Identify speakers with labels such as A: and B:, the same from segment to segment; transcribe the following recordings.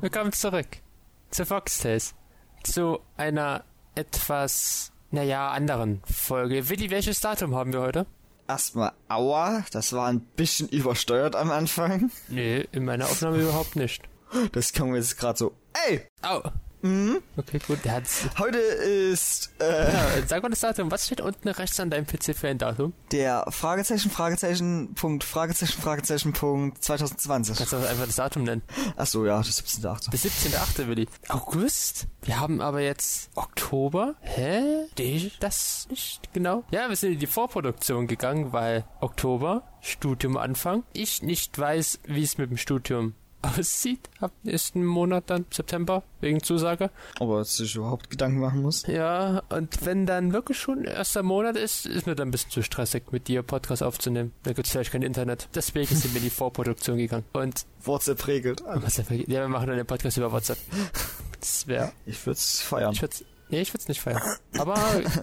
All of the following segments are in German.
A: Willkommen zurück zu Foxtales. Zu einer etwas, naja, anderen Folge. Willi, welches Datum haben wir heute?
B: Erstmal Aua, das war ein bisschen übersteuert am Anfang.
A: Nee, in meiner Aufnahme überhaupt nicht.
B: Das kam mir jetzt gerade so. Ey!
A: Au!
B: Mhm.
A: Okay, gut, der hat's.
B: Heute ist äh,
A: Ja, sag mal das Datum. Was steht unten rechts an deinem PC für ein Datum?
B: der Fragezeichen, Fragezeichen, Punkt, Fragezeichen, Fragezeichen, Punkt 2020.
A: Kannst du auch einfach das Datum nennen.
B: Achso, ja, das 17.8.
A: Bis 17.8. Willi. August? Wir haben aber jetzt Oktober? Hä? Die- Das nicht genau? Ja, wir sind in die Vorproduktion gegangen, weil Oktober, Studium Anfang. Ich nicht weiß, wie es mit dem Studium aussieht. Ab nächsten Monat dann, September, wegen Zusage.
B: Aber dass ich überhaupt Gedanken machen muss.
A: Ja, und wenn dann wirklich schon erster Monat ist, ist mir dann ein bisschen zu stressig, mit dir Podcast aufzunehmen. Da gibt's vielleicht kein Internet. Deswegen sind wir in die Vorproduktion gegangen. Und
B: WhatsApp regelt.
A: WhatsApp, ja, wir machen dann den Podcast über WhatsApp. Das wäre
B: Ich würd's feiern.
A: ich würd's, nee, ich würd's nicht feiern. Aber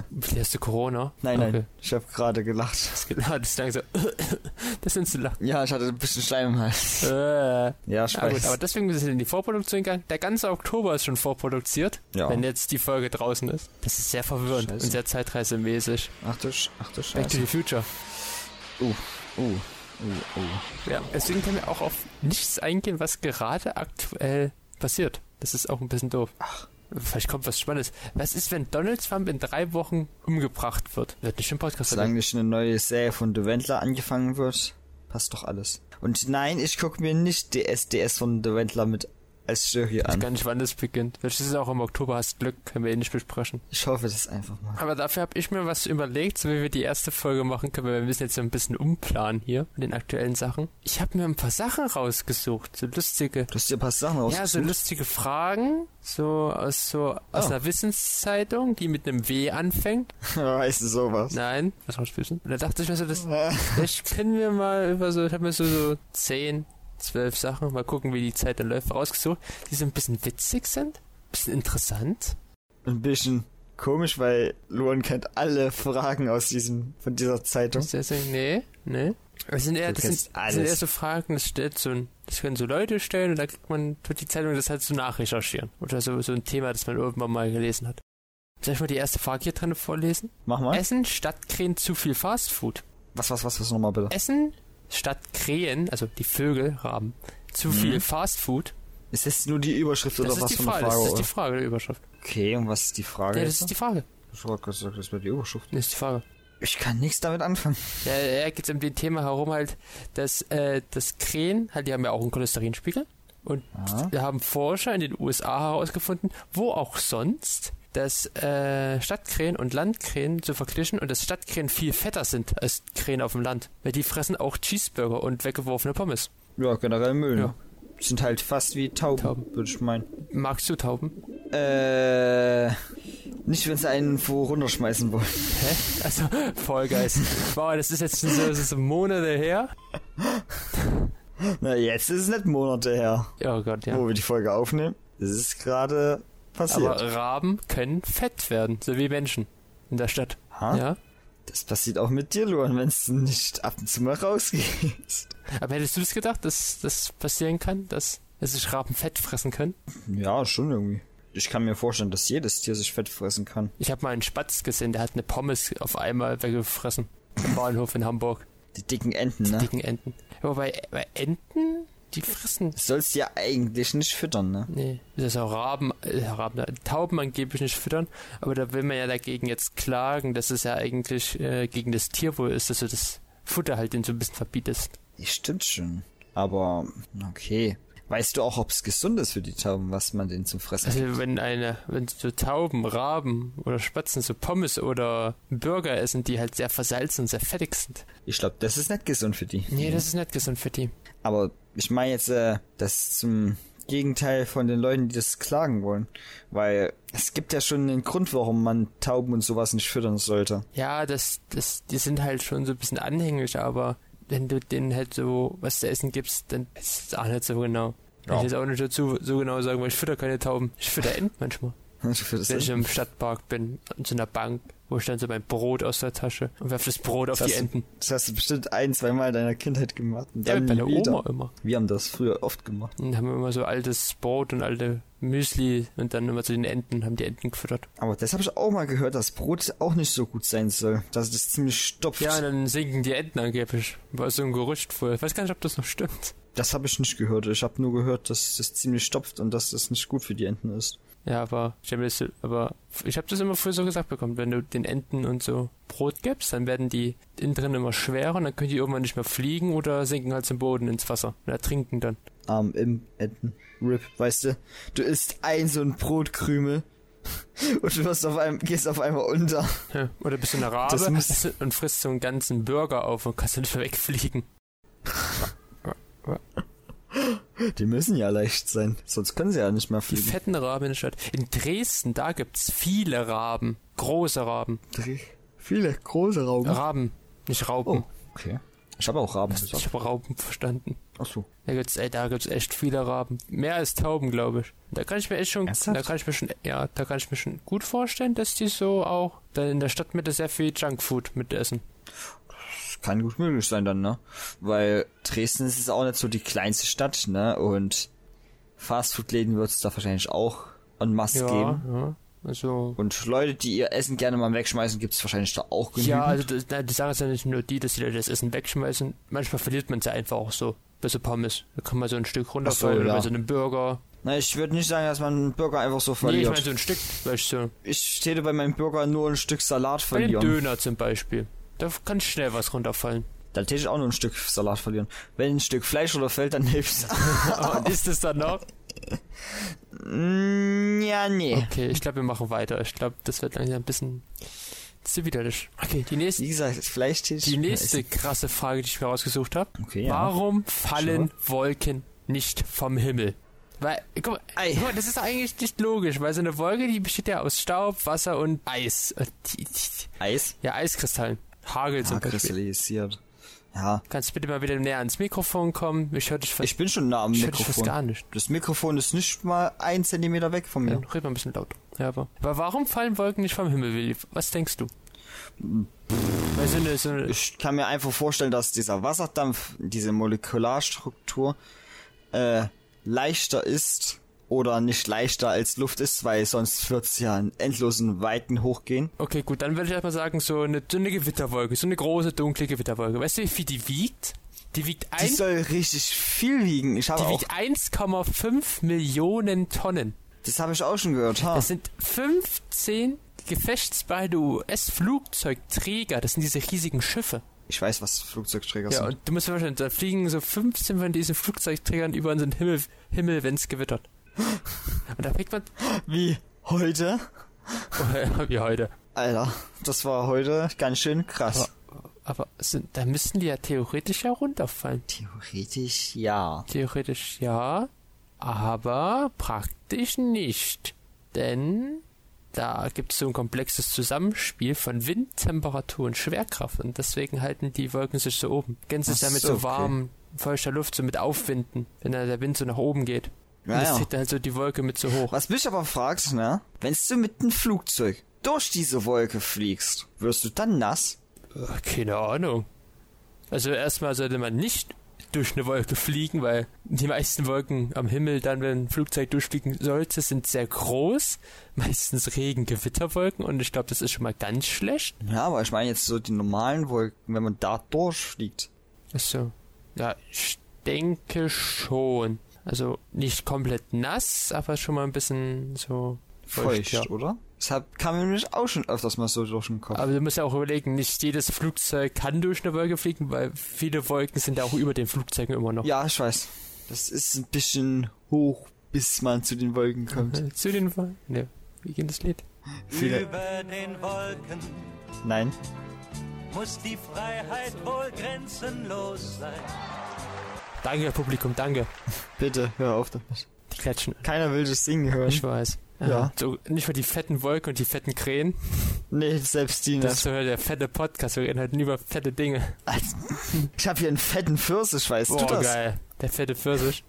A: Willi, hast du Corona?
B: Nein,
A: Okay.
B: nein, ich habe gerade gelacht.
A: Das, genau, das klang so. das sind zu lachen.
B: Ja, ich hatte ein bisschen Schleim im Hals.
A: Äh.
B: Ja, ich
A: Ja, gut, aber
B: weiß.
A: deswegen sind wir in die Vorproduktion gegangen. Der ganze Oktober ist schon vorproduziert,
B: Ja.
A: wenn jetzt die Folge draußen ist. Das ist sehr verwirrend
B: Scheiße.
A: und sehr zeitreisemäßig.
B: Ach du, Sch- ach
A: Back
B: du
A: to
B: Scheiße.
A: the Future.
B: Uh, uh, uh, uh.
A: Ja, deswegen können wir auch auf nichts eingehen, was gerade aktuell passiert. Das ist auch ein bisschen doof. Ach, vielleicht kommt was Spannendes. Was ist, wenn Donald Trump in drei Wochen umgebracht wird? Wird nicht im Podcast
B: Solange nicht eine neue Serie von The Wendler angefangen wird, passt doch alles. Und nein, ich gucke mir nicht DSDS von The Wendler mit als Jury
A: Ich weiß
B: an.
A: gar nicht, wann das beginnt. Vielleicht ist es auch im Oktober, hast Glück, können wir eh nicht besprechen.
B: Ich hoffe das einfach mal.
A: Aber dafür habe ich mir was überlegt, so wie wir die erste Folge machen können, weil wir müssen jetzt so ein bisschen umplanen hier mit den aktuellen Sachen. Ich habe mir ein paar Sachen rausgesucht, so lustige.
B: Du hast dir ein paar Sachen
A: Ja, so
B: rausgesucht.
A: lustige Fragen, so aus so aus
B: Oh.
A: einer Wissenszeitung, die mit einem W anfängt.
B: weißt du sowas?
A: Nein, was soll ich wissen? Und da dachte ich mir so, das Vielleicht können wir mal über so, ich habe mir so, so 10, 12 Sachen, mal gucken, wie die Zeit dann läuft, rausgesucht, die so ein bisschen witzig sind, ein bisschen interessant.
B: Ein bisschen komisch, weil Luan kennt alle Fragen aus diesem von dieser Zeitung.
A: Ist das, nee, nee. Das sind eher,
B: Du
A: das
B: kennst
A: sind, das
B: alles.
A: sind eher so Fragen, das stellt so ein, das können so Leute stellen und da kriegt man, tut die Zeitung das halt so nachrecherchieren. Oder so, so ein Thema, das man irgendwann mal gelesen hat. Soll ich mal die erste Frage hier drin vorlesen?
B: Mach mal.
A: Essen statt Krähen zu viel Fastfood.
B: Was, was, was, was nochmal bitte?
A: Essen statt Krähen, also die Vögel, Raben, zu
B: Mhm.
A: viel Fastfood.
B: Ist das nur die Überschrift oder
A: Das ist
B: was
A: die
B: für eine
A: Frage,
B: Frage?
A: das ist die
B: oder?
A: Frage der Überschrift.
B: okay, und was ist die Frage?
A: Ja, das ist die Frage.
B: ich wollte gerade sagen, das wäre die Überschrift.
A: Das ist die Frage.
B: Ich kann nichts damit anfangen.
A: Ja, er geht um den Thema herum halt, dass äh, das Krähen, halt, die haben ja auch einen Cholesterinspiegel. Und
B: Ja.
A: wir haben Forscher in den USA herausgefunden, wo auch sonst, dass äh, Stadtkrähen und Landkrähen zu verglichen und dass Stadtkrähen viel fetter sind als Krähen auf dem Land. Weil die fressen auch Cheeseburger und weggeworfene Pommes.
B: Ja, generell Müll. ne?
A: Ja.
B: Sind halt fast wie Tauben,
A: Tauben.
B: würde ich meinen.
A: Magst du Tauben?
B: Äh, nicht, wenn sie einen wo runterschmeißen wollen.
A: Hä? Also, Fall Guys. Wow, das ist jetzt schon so, so Monate her.
B: Na, jetzt ist es nicht Monate her,
A: Oh Gott, ja.
B: wo wir die Folge aufnehmen. Es ist gerade passiert.
A: Aber Raben können fett werden, so wie Menschen in der Stadt.
B: ha?
A: Ja.
B: Das passiert auch mit dir, Luan, wenn du nicht ab und zu mal rausgehst.
A: Aber hättest du das gedacht, dass das passieren kann, dass dass sich Raben fett fressen können?
B: Ja, schon irgendwie. Ich kann mir vorstellen, dass jedes Tier sich fett fressen kann.
A: Ich habe mal einen Spatz gesehen, der hat eine Pommes auf einmal weggefressen. Im Bahnhof in Hamburg.
B: Die dicken Enten,
A: Die
B: ne?
A: dicken Enten. Aber bei, bei Enten, die fressen.
B: Das sollst du ja eigentlich nicht füttern, ne?
A: Nee, das auch Raben, äh, Raben, Tauben angeblich nicht füttern, aber da will man ja dagegen jetzt klagen, dass es ja eigentlich äh, gegen das Tierwohl ist, dass du das Futter halt denen so ein bisschen verbietest.
B: Ja, stimmt schon. Aber, okay. Weißt du auch, ob es gesund ist für die Tauben, was man denen zum Fressen
A: Also wenn eine, wenn so Tauben, Raben oder Spatzen so Pommes oder Burger essen, die halt sehr versalzen und sehr fettig sind. Mhm.
B: Ich glaube, das ist nicht gesund für die.
A: Nee, das ist nicht gesund für die.
B: Aber ich meine jetzt, äh, das zum Gegenteil von den Leuten, die das klagen wollen. Weil es gibt ja schon einen Grund, warum man Tauben und sowas nicht füttern sollte.
A: Ja, das, das, die sind halt schon so ein bisschen anhänglich, aber wenn du denen halt so was zu essen gibst, dann ist es auch nicht so genau. Kann
B: Ja.
A: Ich jetzt auch nicht dazu so genau sagen, weil ich fütter keine Tauben. Ich fütter Enten manchmal.
B: Für das
A: wenn ich
B: Essen.
A: im Stadtpark bin, an so einer Bank, wo ich dann so mein Brot aus der Tasche und werfe das Brot auf
B: Das
A: die
B: hast du-
A: Enten.
B: Das hast du bestimmt ein, zweimal in deiner Kindheit gemacht. Und
A: Ja,
B: dann
A: bei der
B: wieder.
A: Oma immer.
B: Wir haben das früher oft gemacht.
A: Und haben immer so altes Brot und alte Müsli und dann immer zu den Enten, haben die Enten gefüttert.
B: Aber das habe ich auch mal gehört, dass Brot auch nicht so gut sein soll. Dass das ziemlich stopft.
A: Ja, und dann sinken die Enten angeblich. War so ein Gerücht vorher. Ich weiß gar nicht, ob das noch stimmt.
B: Das habe ich nicht gehört. Ich habe nur gehört, dass das ziemlich stopft und dass das nicht gut für die Enten ist.
A: Ja, aber ich habe das, aber ich habe das immer früher so gesagt bekommen, wenn du den Enten und so Brot gibst, dann werden die innen drin immer schwerer und dann können die irgendwann nicht mehr fliegen oder sinken halt zum Boden ins Wasser und ertrinken dann.
B: Arm Ähm, im Enten. Rip, weißt du? Du isst ein so ein Brotkrümel und du wirst auf einem, gehst auf einmal unter.
A: Ja. Oder bist du eine Rabe
B: Das muss-
A: und frisst so einen ganzen Burger auf und kannst dann nicht mehr wegfliegen.
B: Die müssen ja leicht sein, sonst können sie ja nicht mehr
A: Die
B: fliegen.
A: fetten Raben in der Stadt. In Dresden, da gibt's viele Raben. Große Raben.
B: Dreh- Viele große Rauben.
A: Raben, nicht Raupen.
B: Oh, okay. Ich habe auch Raben
A: Ich habe Raupen verstanden.
B: Ach so.
A: Da gibt's, ey, da gibt's echt viele Raben. Mehr als Tauben, glaube ich. Da kann ich mir echt schon,
B: Ernsthaft?
A: da kann ich mir schon, ja, da kann ich mir schon gut vorstellen, dass die so auch dann in der Stadtmitte sehr viel Junkfood mitessen.
B: Das kann gut möglich sein dann, ne? Weil Dresden ist es auch nicht so die kleinste Stadt, ne? Und Fastfood-Läden wird es da wahrscheinlich auch en masse
A: Ja,
B: geben.
A: ja. Also,
B: Und Leute, die ihr Essen gerne mal wegschmeißen, gibt es wahrscheinlich da auch genügend.
A: ja, also, das, na, die Sache ist ja nicht nur die, dass die Leute das Essen wegschmeißen. Manchmal verliert man es ja einfach auch so. Bis so Pommes. Da kann man so ein Stück runterfallen
B: Ach so,
A: oder
B: ja.
A: bei so einem Burger.
B: Na, ich würde nicht sagen, dass man einen Burger einfach so
A: Nee, ich
B: verliert.
A: meine so ein Stück, weißt du.
B: ich, stehe bei meinem Burger nur ein Stück Salat
A: Bei dem
B: verlieren.
A: Döner zum Beispiel. Da kann schnell was runterfallen.
B: Dann täte ich auch nur ein Stück Salat verlieren. Wenn ein Stück Fleisch oder Feld, dann hilft's.
A: Aber ist es dann noch?
B: Mm, ja, nee.
A: Okay, ich glaube, wir machen weiter. Ich glaube, das wird langsam ein bisschen zu widerlich. Okay, die nächste,
B: Wie gesagt, Fleisch täte ich
A: Oh. die
B: nicht mehr
A: nächste krasse Frage, die ich mir rausgesucht habe.
B: essen. Okay, ja.
A: Warum fallen Wolken nicht vom Himmel? Weil, guck mal,
B: Ei.
A: guck mal, das ist doch eigentlich nicht logisch, weil so eine Wolke, die besteht ja aus Staub, Wasser und Eis. Äh, die- die-
B: Eis?
A: Ja, Eiskristallen. Hagel zum
B: Ja,
A: Beispiel.
B: kristallisiert. Ja,
A: Kannst du bitte mal wieder näher ans Mikrofon kommen? Ich höre dich fast,
B: ich bin schon nah am
A: ich hör dich fast
B: Mikrofon.
A: gar nicht.
B: Das Mikrofon ist nicht mal ein Zentimeter weg von
A: Ja.
B: mir.
A: Red mal ein bisschen lauter. Ja, aber. aber warum fallen Wolken nicht vom Himmel, Willi? Was denkst du? Weil so eine, so eine,
B: Ich kann mir einfach vorstellen, dass dieser Wasserdampf, diese Molekularstruktur, äh, leichter ist oder nicht leichter als Luft ist, weil sonst wird's ja in endlosen Weiten hochgehen.
A: okay, gut, dann würde ich erstmal sagen, so eine dünne Gewitterwolke, so eine große, dunkle Gewitterwolke. Weißt du, wie viel die wiegt? Die wiegt,
B: Die
A: ein,
B: soll richtig viel wiegen. Ich habe
A: die
B: auch,
A: wiegt 1,5 Millionen Tonnen.
B: das habe ich auch schon gehört. Ha.
A: Das sind 15 gefechtsbereite US-Flugzeugträger. Das sind diese riesigen Schiffe.
B: Ich weiß, was Flugzeugträger
A: Ja,
B: sind.
A: und du musst dir vorstellen, da fliegen so 15 von diesen Flugzeugträgern über unseren Himmel, Himmel wenn es gewittert. Und da fängt man,
B: Wie heute?
A: Oder wie heute.
B: Alter, das war heute ganz schön krass.
A: Aber sind, da müssten die ja theoretisch ja runterfallen.
B: Theoretisch ja.
A: Theoretisch ja, aber praktisch nicht. Denn da gibt es so ein komplexes Zusammenspiel von Wind, Temperatur und Schwerkraft. Und deswegen halten die Wolken sich so oben. Kennst du es
B: Ach
A: ja mit
B: so,
A: so
B: okay.
A: warm, feuchter Luft, so mit Aufwinden, wenn da der Wind so nach oben geht. Und
B: Ja,
A: das
B: ja.
A: zieht dann halt so die Wolke mit so hoch.
B: Was mich aber fragt, ne? Wenn du mit einem Flugzeug durch diese Wolke fliegst, wirst du dann nass?
A: Äh, Keine Ahnung. Also erstmal sollte man nicht durch eine Wolke fliegen, weil die meisten Wolken am Himmel dann, wenn ein Flugzeug durchfliegen sollte, sind sehr groß. Meistens Regen-Gewitterwolken und ich glaube, das ist schon mal ganz schlecht.
B: Ja, aber ich meine jetzt so die normalen Wolken, wenn man da durchfliegt.
A: Achso. Ja, ich denke schon. Also nicht komplett nass, aber schon mal ein bisschen so
B: Feucht,
A: ja.
B: oder? Deshalb kam mir nämlich auch schon öfters mal so durch den Kopf.
A: Aber du musst ja auch überlegen, nicht jedes Flugzeug kann durch eine Wolke fliegen, weil viele Wolken sind ja auch über den Flugzeugen immer noch.
B: ja, ich weiß. Das ist ein bisschen hoch, bis man zu den Wolken kommt.
A: Zu den Wolken. Ne, wie geht das Lied?
B: Viele.
C: Über den Wolken
B: Nein.
C: muss die Freiheit wohl grenzenlos sein.
A: Danke, Publikum, danke.
B: Bitte, hör auf damit.
A: Die klatschen.
B: Keiner will das singen hören.
A: Ich weiß.
B: um. Ja.
A: So, nicht mal die fetten Wolken und die fetten Krähen.
B: nee, selbst die
A: Das
B: nicht.
A: ist so der fette Podcast. Wir reden halt nur über fette Dinge.
B: Ich hab hier einen fetten Fürst, ich weiß.
A: Boah,
B: du das?
A: geil. Der fette Pfirsich.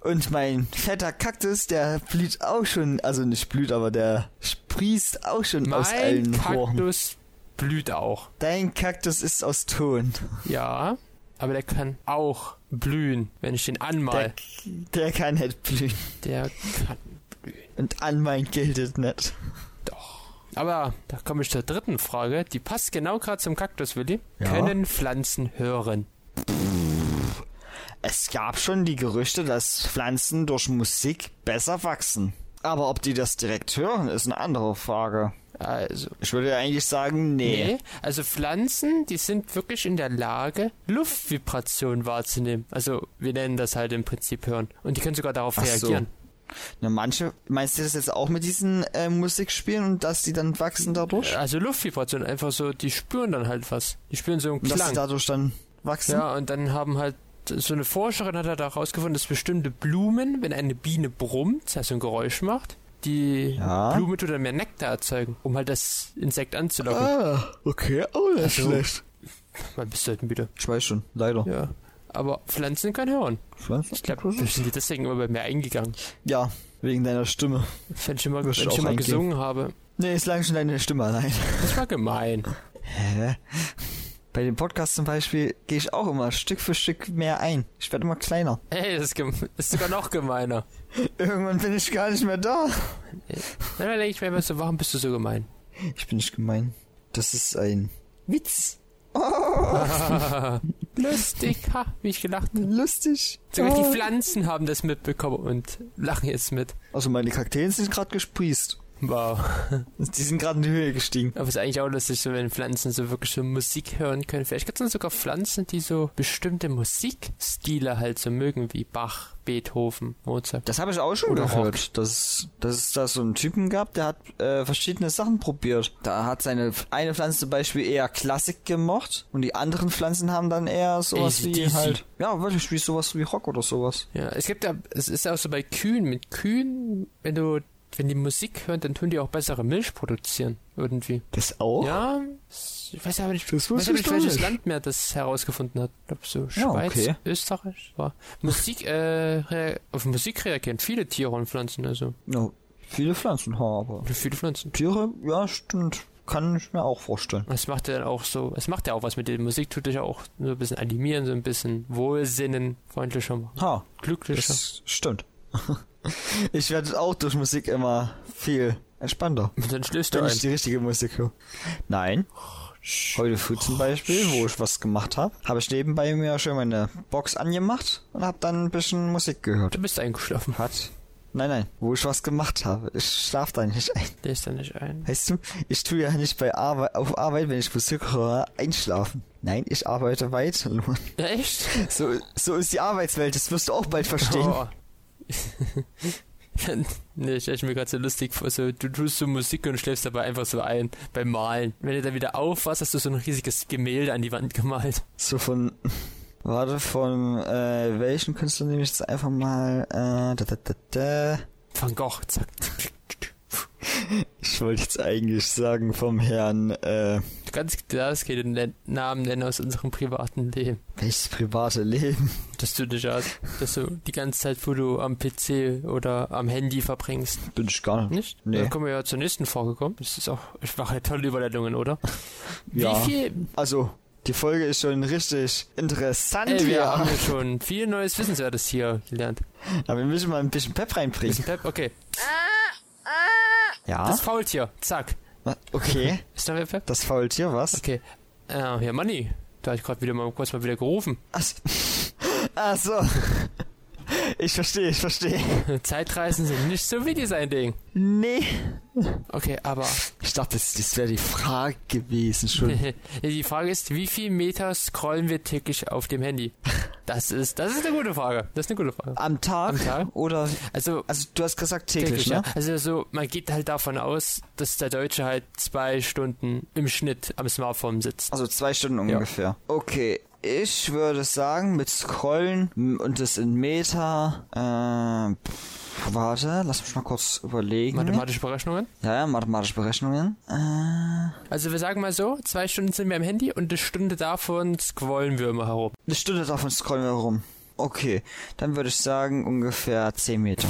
B: Und mein fetter Kaktus, der blüht auch schon, also nicht blüht, aber der sprießt auch schon aus
A: Mein
B: allen Rohren.
A: Kaktus blüht auch.
B: Dein Kaktus ist aus Ton.
A: Ja, aber der kann auch blühen, wenn ich den
B: Der,
A: anmal.
B: der kann nicht blühen.
A: Der, kann blühen.
B: Und an mein giltet nicht.
A: Aber da komme ich zur dritten Frage. Die passt genau gerade zum Kaktus, Willi.
B: Ja.
A: Können Pflanzen hören?
B: Es gab schon die Gerüchte, dass Pflanzen durch Musik besser wachsen. Aber ob die das direkt hören, ist eine andere Frage.
A: Also,
B: Ich würde ja eigentlich sagen, nee.
A: nee. Also Pflanzen, die sind wirklich in der Lage, Luftvibration wahrzunehmen. Also wir nennen das halt im Prinzip hören. Und die können sogar darauf
B: Ach so.
A: reagieren.
B: Na, manche, meinst du das jetzt auch mit diesen äh, Musikspielen und dass die dann wachsen dadurch?
A: Also Luftvibration, einfach so, die spüren dann halt was. Die spüren so einen
B: Und dass sie
A: Klang.
B: dadurch dann wachsen?
A: Ja, und dann haben halt so eine Forscherin hat halt herausgefunden, dass bestimmte Blumen, wenn eine Biene brummt, also ein Geräusch macht, die
B: Ja.
A: Blume tut dann mehr Nektar erzeugen, um halt das Insekt anzulocken.
B: Ah, okay. Oh, das
A: ist schlecht. Man bist du halt müde.
B: Ich weiß schon, leider.
A: Ja. Aber Pflanzen können hören.
B: Pflanzen?
A: Ich glaube, sind die deswegen immer bei mir eingegangen.
B: Ja, wegen deiner Stimme.
A: Wenn ich immer, wenn
B: Wirst du
A: ich
B: auch
A: immer
B: eingehen?
A: gesungen habe.
B: Nee, es lag schon deine Stimme allein.
A: Das war gemein.
B: Hä? Äh? Bei dem Podcast zum Beispiel gehe ich auch immer Stück für Stück mehr ein. Ich werde immer kleiner.
A: Ey, das ist, gem das ist sogar noch gemeiner.
B: Irgendwann bin ich gar nicht mehr da.
A: Dann denke ich mir immer so, warum bist du so gemein?
B: Ich bin nicht gemein. Das ist ein Witz. Oh.
A: Lustig, ha, wie ich gelacht habe.
B: Lustig.
A: Sogar die
B: Ah.
A: Pflanzen haben das mitbekommen und lachen jetzt mit.
B: Also meine Kakteen sind gerade gesprießt.
A: Wow.
B: Die sind gerade in die Höhe gestiegen.
A: Aber es ist eigentlich auch lustig, so, wenn Pflanzen so wirklich so Musik hören können. Vielleicht gibt es dann sogar Pflanzen, die so bestimmte Musikstile halt so mögen, wie Bach, Beethoven, Mozart.
B: Das habe ich auch schon
A: Oder
B: gehört, dass, dass es da so einen Typen gab, der hat äh, verschiedene Sachen probiert. Da hat seine eine Pflanze zum Beispiel eher Klassik gemocht und die anderen Pflanzen haben dann eher sowas wie
A: AC/DC.
B: halt... Ja, wirklich, wie sowas wie Rock oder sowas.
A: Ja, es gibt ja, es ist auch so bei Kühen. Mit Kühen, wenn du, wenn die Musik hören, dann tun die auch bessere Milch produzieren. Irgendwie.
B: Das auch?
A: Ja, s- ich weiß aber nicht,
B: Oh. Das
A: weiß
B: wusste
A: aber nicht
B: ich doch
A: welches
B: nicht.
A: Land mehr das herausgefunden hat. Ich glaube so
B: Ja,
A: Schweiz,
B: okay.
A: Österreich. War. Musik, äh, rea- auf Musik reagieren viele Tiere und Pflanzen, also
B: Ja, viele Pflanzen, ha, aber...
A: viele Pflanzen.
B: Tiere, ja, stimmt. Kann ich mir auch vorstellen.
A: Es macht ja dann auch so, es macht ja auch was mit der Musik, tut dich ja auch so ein bisschen animieren, so ein bisschen wohlsinnen, freundlicher machen,
B: Ha,
A: glücklicher.
B: das stimmt. ich werde auch durch Musik immer viel entspannter.
A: Und dann schläfst du
B: Wenn
A: ein.
B: ich die richtige Musik höre. Nein. Heute früh zum Beispiel, wo ich was gemacht habe, habe ich nebenbei mir schön meine Box angemacht und habe dann ein bisschen Musik gehört.
A: Du bist eingeschlafen.
B: Hat. Nein, nein, wo ich was gemacht habe. Ich schlaf da nicht ein.
A: Lässt da nicht ein.
B: Weißt du, ich tue ja nicht bei Arbeit, auf Arbeit, wenn ich Musik höre, einschlafen. Nein, ich arbeite weiter, Luan.
A: Echt?
B: So, so ist die Arbeitswelt, das wirst du auch bald verstehen.
A: Oh. nee, ich stelle mir gerade so lustig vor, so, du tust so Musik und schläfst dabei einfach so ein beim Malen. Wenn du dann wieder aufwachst, hast du so ein riesiges Gemälde an die Wand gemalt.
B: So von. Warte, von äh, welchen Künstler nehme ich jetzt einfach mal? Äh, da, da, da, da.
A: Van Gogh, zack.
B: Ich wollte jetzt eigentlich sagen vom Herrn, äh,
A: Du kannst das geht um den Namen nennen aus unserem privaten Leben.
B: welches private Leben.
A: Dass du dich hast, dass du die ganze Zeit, wo du am PC oder am Handy verbringst,
B: Bin ich gar nicht.
A: nicht?
B: Nee.
A: Dann kommen wir ja zur nächsten Frage kommen. Das ist auch, ich mache ja tolle Überleitungen, oder?
B: Ja.
A: Wie viel,
B: Also, die Folge ist schon richtig interessant
A: ey,
B: hier.
A: wir haben ja schon viel neues Wissenswertes hier gelernt.
B: Aber wir müssen mal ein bisschen Pep reinbringen.
A: Bisschen Pep, okay.
B: Ja.
A: Das Faultier, zack.
B: Wa- okay.
A: Ist da wer Pep?
B: Das Faultier, was?
A: Okay. Äh, ja, Manni. Da hab ich gerade wieder mal kurz mal wieder gerufen.
B: Ach, so. Ach so. Ich verstehe, ich verstehe.
A: Zeitreisen sind nicht so wie dein Ding.
B: Nee.
A: Okay, aber
B: Ich dachte, das, das wäre die Frage gewesen schon.
A: die Frage ist, wie viel Meter scrollen wir täglich auf dem Handy? Das ist, das ist eine gute Frage. Das ist eine gute Frage.
B: Am Tag,
A: Am Tag?
B: oder,
A: Also
B: also du hast gesagt täglich,
A: täglich,
B: ne?
A: ja. Also so, man geht halt davon aus, dass der Deutsche halt zwei Stunden im Schnitt am Smartphone sitzt.
B: Also zwei Stunden
A: Ja.
B: ungefähr. Okay, ich würde sagen, mit Scrollen m- und das in Meter. Äh, pff, warte, lass mich mal kurz überlegen.
A: Mathematische Berechnungen.
B: Ja, ja, mathematische Berechnungen. Äh,
A: Also wir sagen mal so, zwei Stunden sind wir am Handy und eine Stunde davon scrollen wir immer herum.
B: eine Stunde davon scrollen wir rum. Okay, dann würde ich sagen ungefähr 10 Meter.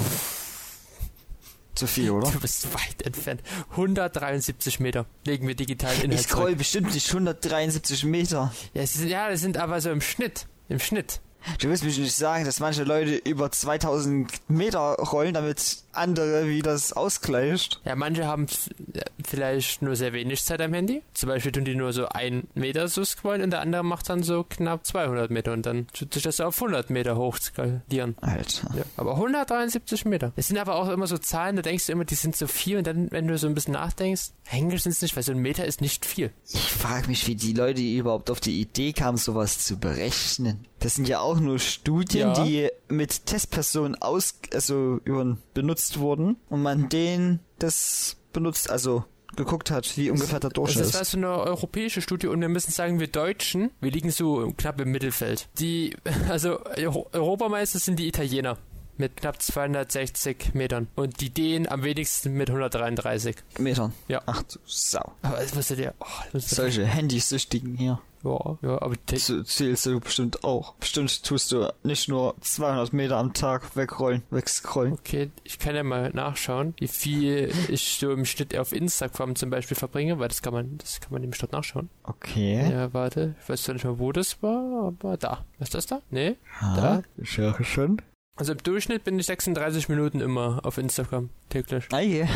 B: Zu viel, oder?
A: Du bist weit entfernt. 173 Meter. Legen wir digitalen Inhalt
B: Ich scroll
A: zurück.
B: bestimmt nicht 173 Meter.
A: Ja, es sind, ja, das sind aber so im Schnitt. Im Schnitt.
B: Du willst mich nicht sagen, dass manche Leute über 2000 Meter rollen, damit andere wie das ausgleicht.
A: Ja, manche haben f- ja, vielleicht nur sehr wenig Zeit am Handy. Zum Beispiel tun die nur so einen Meter so scrollen und der andere macht dann so knapp 200 Meter und dann tut sich das auf 100 Meter hochskalieren.
B: Alter.
A: Ja, aber 173 Meter. Es sind aber auch immer so Zahlen, da denkst du immer, die sind so viel und dann, wenn du so ein bisschen nachdenkst, eigentlich sind es nicht, weil so ein Meter ist nicht viel.
B: Ich frage mich, wie die Leute überhaupt auf die Idee kamen, sowas zu berechnen. Das sind ja auch nur Studien,
A: Ja.
B: die mit Testpersonen aus, also über, benutzt wurden und man denen das benutzt, also geguckt hat, wie ungefähr der
A: Das
B: Durchschnitt
A: ist
B: ist.
A: also eine europäische Studie und wir müssen sagen, wir Deutschen, wir liegen so knapp im Mittelfeld. Die, also Euro- Europameister sind die Italiener mit knapp 260 Metern und die Dänen am wenigsten mit 133.
B: Metern.
A: Ja.
B: Ach du Sau.
A: Aber das musstet ihr, oh, das musstet ihr,
B: Solche Handysüchtigen hier.
A: ja, ja, aber die,
B: Zu- Zählst du bestimmt auch. Bestimmt tust du nicht nur 200 Meter am Tag wegrollen, wegscrollen.
A: Okay, ich kann ja mal nachschauen, wie viel ich so im Schnitt auf Instagram zum Beispiel verbringe, weil das kann man, das kann man nämlich dort nachschauen.
B: Okay.
A: Ja, warte, ich weiß zwar nicht mal, wo das war, aber da. Ist das da? Nee.
B: Ja.
A: Da?
B: Ich höre schon.
A: Also im Durchschnitt bin ich 36 Minuten immer auf Instagram täglich.
B: Ah je.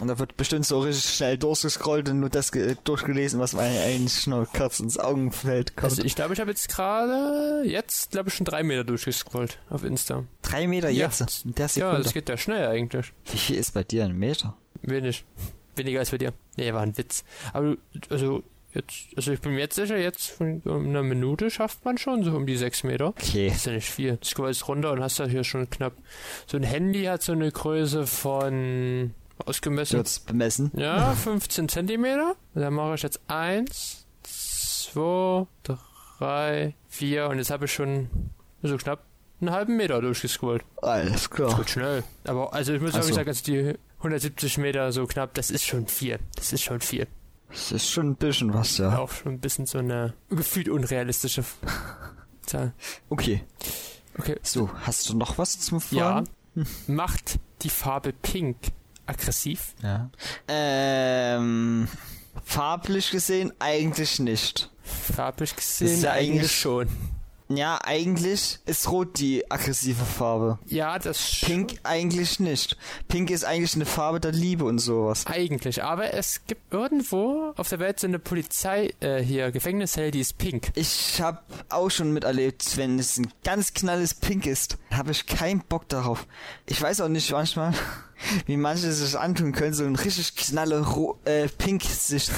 B: Und da wird bestimmt so richtig schnell durchgescrollt und nur das ge durchgelesen, was einem eigentlich nur kurz ins Augenfeld kommt.
A: Also ich glaube, ich habe jetzt gerade, jetzt glaube ich schon drei Meter durchgescrollt auf Insta.
B: Drei Meter
A: Ja.
B: jetzt. In
A: Ja,
B: der
A: also-
B: Sekunde.
A: das geht ja schnell eigentlich.
B: Wie viel ist bei dir ein Meter?
A: Wenig. Weniger als bei dir. Nee, war ein Witz. Aber, also, jetzt, also ich bin mir jetzt sicher, jetzt von so einer Minute schafft man schon so um die sechs Meter.
B: Okay.
A: Ist ja nicht viel. Scrollst runter und hast da hier schon knapp. So ein Handy hat so eine Größe von ausgemessen.
B: Wird's bemessen?
A: Ja, 15 Zentimeter. Und Dann mache ich jetzt 1, 2, 3, 4 und jetzt habe ich schon so knapp einen halben Meter durchgescrollt.
B: Alles
A: Das
B: klar.
A: geht schnell. Aber also ich muss
B: Ach
A: wirklich
B: so.
A: sagen, also die 170 Meter so knapp, das ist schon viel. Das ist schon viel.
B: Das ist schon ein bisschen was, ja.
A: Auch schon ein bisschen so eine gefühlt unrealistische Zahl.
B: Okay.
A: Okay.
B: So, hast du noch was zum
A: Ja.
B: Fragen?
A: Macht die Farbe Pink aggressiv?
B: Ja. Ähm, farblich gesehen eigentlich nicht.
A: Farblich gesehen
B: ja
A: eigentlich
B: eigentlich-
A: schon.
B: Ja, eigentlich ist Rot die aggressive Farbe.
A: Ja, das
B: Pink eigentlich nicht. Pink ist eigentlich eine Farbe der Liebe und sowas.
A: Eigentlich, aber es gibt irgendwo auf der Welt so eine Polizei, äh, hier, Gefängniszelle, die ist pink.
B: Ich hab auch schon miterlebt, wenn es ein ganz knalles Pink ist, habe ich keinen Bock darauf. Ich weiß auch nicht manchmal, wie manche sich antun können, so ein richtig knalle Ro äh, Pink sich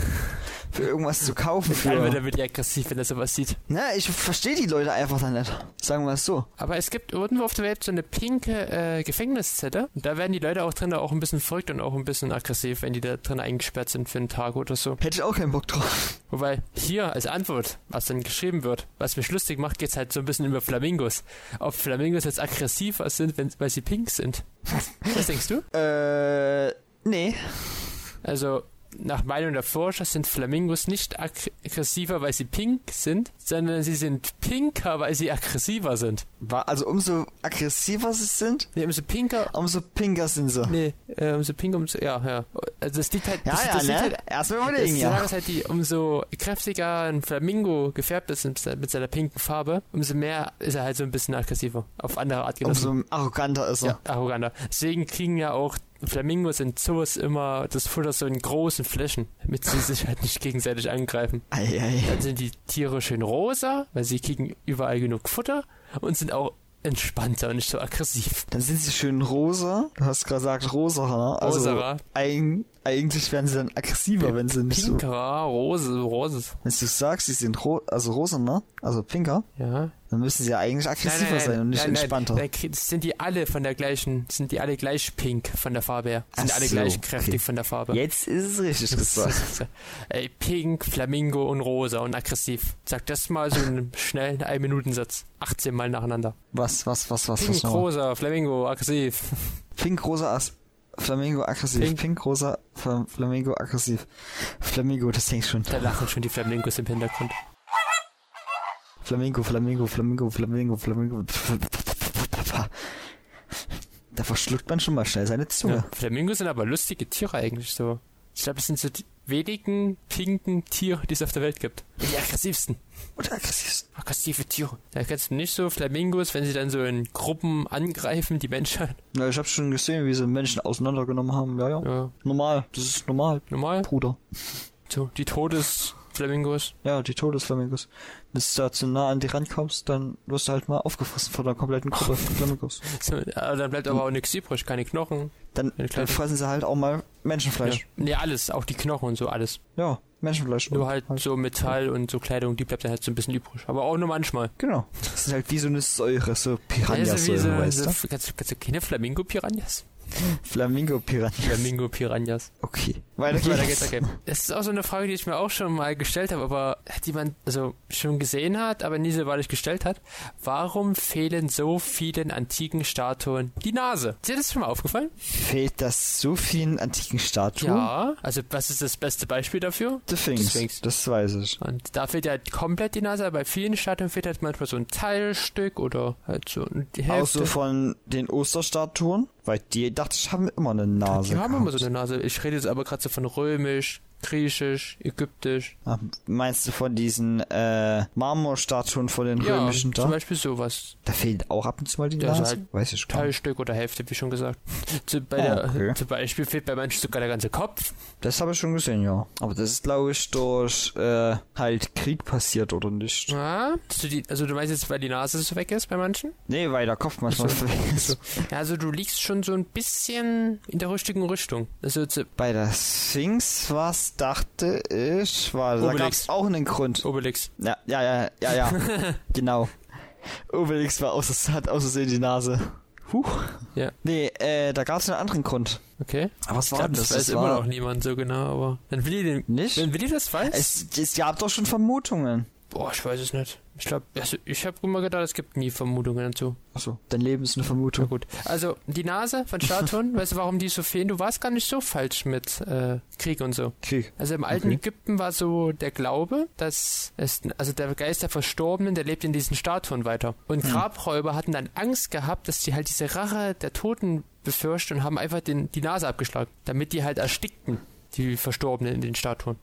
B: für irgendwas zu kaufen.
A: Dann wird
B: Für.
A: er wirklich aggressiv, wenn er sowas sieht.
B: Na, ich verstehe die Leute einfach dann nicht. Sagen wir es so.
A: Aber es gibt irgendwo auf der Welt so eine pinke äh, Gefängniszelle. Und da werden die Leute auch drin auch ein bisschen verrückt und auch ein bisschen aggressiv, wenn die da drin eingesperrt sind für einen Tag oder so.
B: Hätte ich auch keinen Bock drauf.
A: Wobei hier als Antwort, was dann geschrieben wird, was mich lustig macht, geht's halt so ein bisschen über Flamingos. Ob Flamingos jetzt aggressiver sind, wenn, weil sie pink sind. Was denkst du?
B: Äh, nee.
A: Also nach Meinung der Forscher sind Flamingos nicht ag- aggressiver, weil sie pink sind, sondern sie sind pinker, weil sie aggressiver sind.
B: Wa- Also umso aggressiver sie sind,
A: Nee, umso pinker.
B: umso pinker sind sie.
A: Nee, äh, umso pinker, umso. Ja, ja. Also das liegt halt.
B: Ja,
A: das,
B: ja,
A: das
B: ne?
A: Liegt halt
B: Erstmal
A: das
B: überlegen,
A: die
B: ja.
A: Sache ist halt die, umso kräftiger ein Flamingo gefärbt ist mit se- mit seiner pinken Farbe, umso mehr ist er halt so ein bisschen aggressiver. Auf andere Art genossen.
B: Umso arroganter ist er.
A: Genau Ja, arroganter. Deswegen kriegen ja auch Flamingos in Zoos immer das Futter so in großen Flächen, damit sie sich halt nicht gegenseitig angreifen.
B: Ei, ei.
A: Dann sind die Tiere schön rosa, weil sie kriegen überall genug Futter und sind auch entspannter und nicht so aggressiv.
B: Dann sind sie schön rosa. Du hast gerade gesagt rosa, ne? Also
A: Roserer,
B: eig eigentlich werden sie dann aggressiver, wenn sie nicht so.
A: pinkerer, rose, roses.
B: Wenn du sagst, sie sind ro also rosa, ne? Also pinker,
A: Ja.
B: dann müssen sie ja eigentlich aggressiver sein und nicht entspannter.
A: Nein, nein, sind die alle von der gleichen, sind die alle gleich pink von der Farbe her. Sind
B: Ach
A: alle
B: so,
A: gleich kräftig
B: okay.
A: von der Farbe.
B: Jetzt ist es richtig gesagt.
A: Ey, pink, Flamingo und rosa und aggressiv. Sag das mal so in einem schnellen 1-Minuten-Satz. 18 Mal nacheinander.
B: Was, was, was, was, was
A: Pink,
B: nochmal?
A: rosa, Flamingo, aggressiv.
B: Pink, rosa, As Flamingo aggressiv.
A: Pink.
B: Pink, rosa, Flam Flamingo aggressiv. Flamingo, das hängt schon.
A: Da lachen schon die Flamingos im Hintergrund.
B: Flamingo, Flamingo, Flamingo, Flamingo, Flamingo. Da verschluckt man schon mal schnell seine Zunge.
A: Ja. Flamingos sind aber lustige Tiere eigentlich so. Ich glaube, es sind so die wenigen pinken Tiere, die es auf der Welt gibt. Die aggressivsten.
B: Und aggressiv.
A: Aggressive Tiere. Da kennst du nicht so Flamingos, wenn sie dann so in Gruppen angreifen, die Menschheit.
B: Ja, ich habe schon gesehen, wie sie Menschen auseinandergenommen haben. Ja, ja,
A: Ja,
B: Normal. Das ist normal.
A: normal.
B: Bruder.
A: So, die Todesflamingos.
B: Ja, die Todesflamingos. Wenn du da zu nah an die rankommst, dann wirst du halt mal aufgefressen von der kompletten Gruppe von Flamingos.
A: So, aber dann bleibt aber auch nichts übrig, keine Knochen.
B: Dann,
A: Ja, klar.
B: dann fressen sie halt auch mal
A: Ja.
B: Menschenfleisch.
A: Nee, alles, auch die Knochen und so alles.
B: Ja, Menschenfleisch.
A: Nur
B: Und
A: halt so Metall und so Kleidung, die bleibt dann halt so ein bisschen übrig. Aber auch nur manchmal.
B: Genau. Das ist halt wie so eine Säure,
A: Also
B: so
A: wie so,
B: Piranha-Säure, äh, weißt
A: so,
B: du?
A: kannst, du- kannst du keine Flamingo-Piranhas?
B: Flamingo-Piranha.
A: Flamingo-Piranhas.
B: Okay. Weiter geht's.
A: Weiter geht's, okay. Das ist auch so eine Frage, die ich mir auch schon mal gestellt habe, aber die man also schon gesehen hat, aber nie so wahrlich gestellt hat. Warum fehlen so vielen antiken Statuen die Nase? Ist dir das schon mal aufgefallen?
B: Fehlt das so vielen antiken Statuen?
A: Ja. Also was ist das beste Beispiel dafür?
B: The Sphinx.
A: Sphinx.
B: Das weiß ich.
A: Und da fehlt ja komplett die Nase, aber bei vielen Statuen fehlt halt manchmal so ein Teilstück oder halt so die
B: Auch
A: Hälfte.
B: so von den Osterstatuen, weil die dachte ich haben immer eine Nase.
A: die haben immer
B: gehabt.
A: so eine Nase. Ich rede jetzt aber gerade so von römisch, griechisch, ägyptisch.
B: Ach, Ah, meinst du von diesen äh, Marmorstatuen von den
A: Ja,
B: römischen
A: zum
B: da?
A: Beispiel sowas.
B: Da fehlt auch ab und zu mal die
A: Ja, so
B: Nase.
A: halt
B: weiß ich gar nicht.
A: Teilstück oder Hälfte, wie schon gesagt. Zu, bei
B: Ah,
A: der,
B: okay.
A: Zum Beispiel fehlt bei manchen sogar der ganze Kopf.
B: Das habe ich schon gesehen, ja. Aber das ist glaube ich durch äh, halt Krieg passiert oder nicht?
A: Ja, also, die, also du meinst jetzt, weil die Nase so weg ist bei manchen?
B: Nee, weil der Kopf manchmal
A: Ach so.
B: weg ist.
A: Ja, also du liegst schon so ein bisschen in der richtigen Richtung. Also zu
B: Bei der Sphinx was dachte ich, war da
A: Obelix.
B: gab's auch einen Grund.
A: Obelix.
B: Ja, ja, ja, ja, ja. genau. Obelix war aus, hat aus Versehen die Nase. Huch.
A: Ja.
B: Nee, äh, da gab's einen anderen Grund.
A: Okay.
B: Aber was
A: Ich glaub, das weiß immer noch niemand so genau, aber. Wenn Willi, den,
B: Nicht?
A: wenn Willi das weiß?
B: Es, es gab doch schon Vermutungen.
A: boah, ich weiß es nicht. Ich glaube, also ich habe immer gedacht, es gibt nie Vermutungen dazu.
B: Achso, dein Leben ist eine
A: Na
B: Vermutung.
A: gut. Also, die Nase von Statuen, weißt du, warum die so fehlen? Du warst gar nicht so falsch mit äh, Krieg und so.
B: Krieg.
A: Also im alten
B: Okay.
A: Ägypten war so der Glaube, dass es, also der Geist der Verstorbenen, der lebt in diesen Statuen weiter. Und
B: Hm.
A: Grabräuber hatten dann Angst gehabt, dass die halt diese Rache der Toten befürchten und haben einfach den, die Nase abgeschlagen, damit die halt erstickten, die Verstorbenen in den Statuen.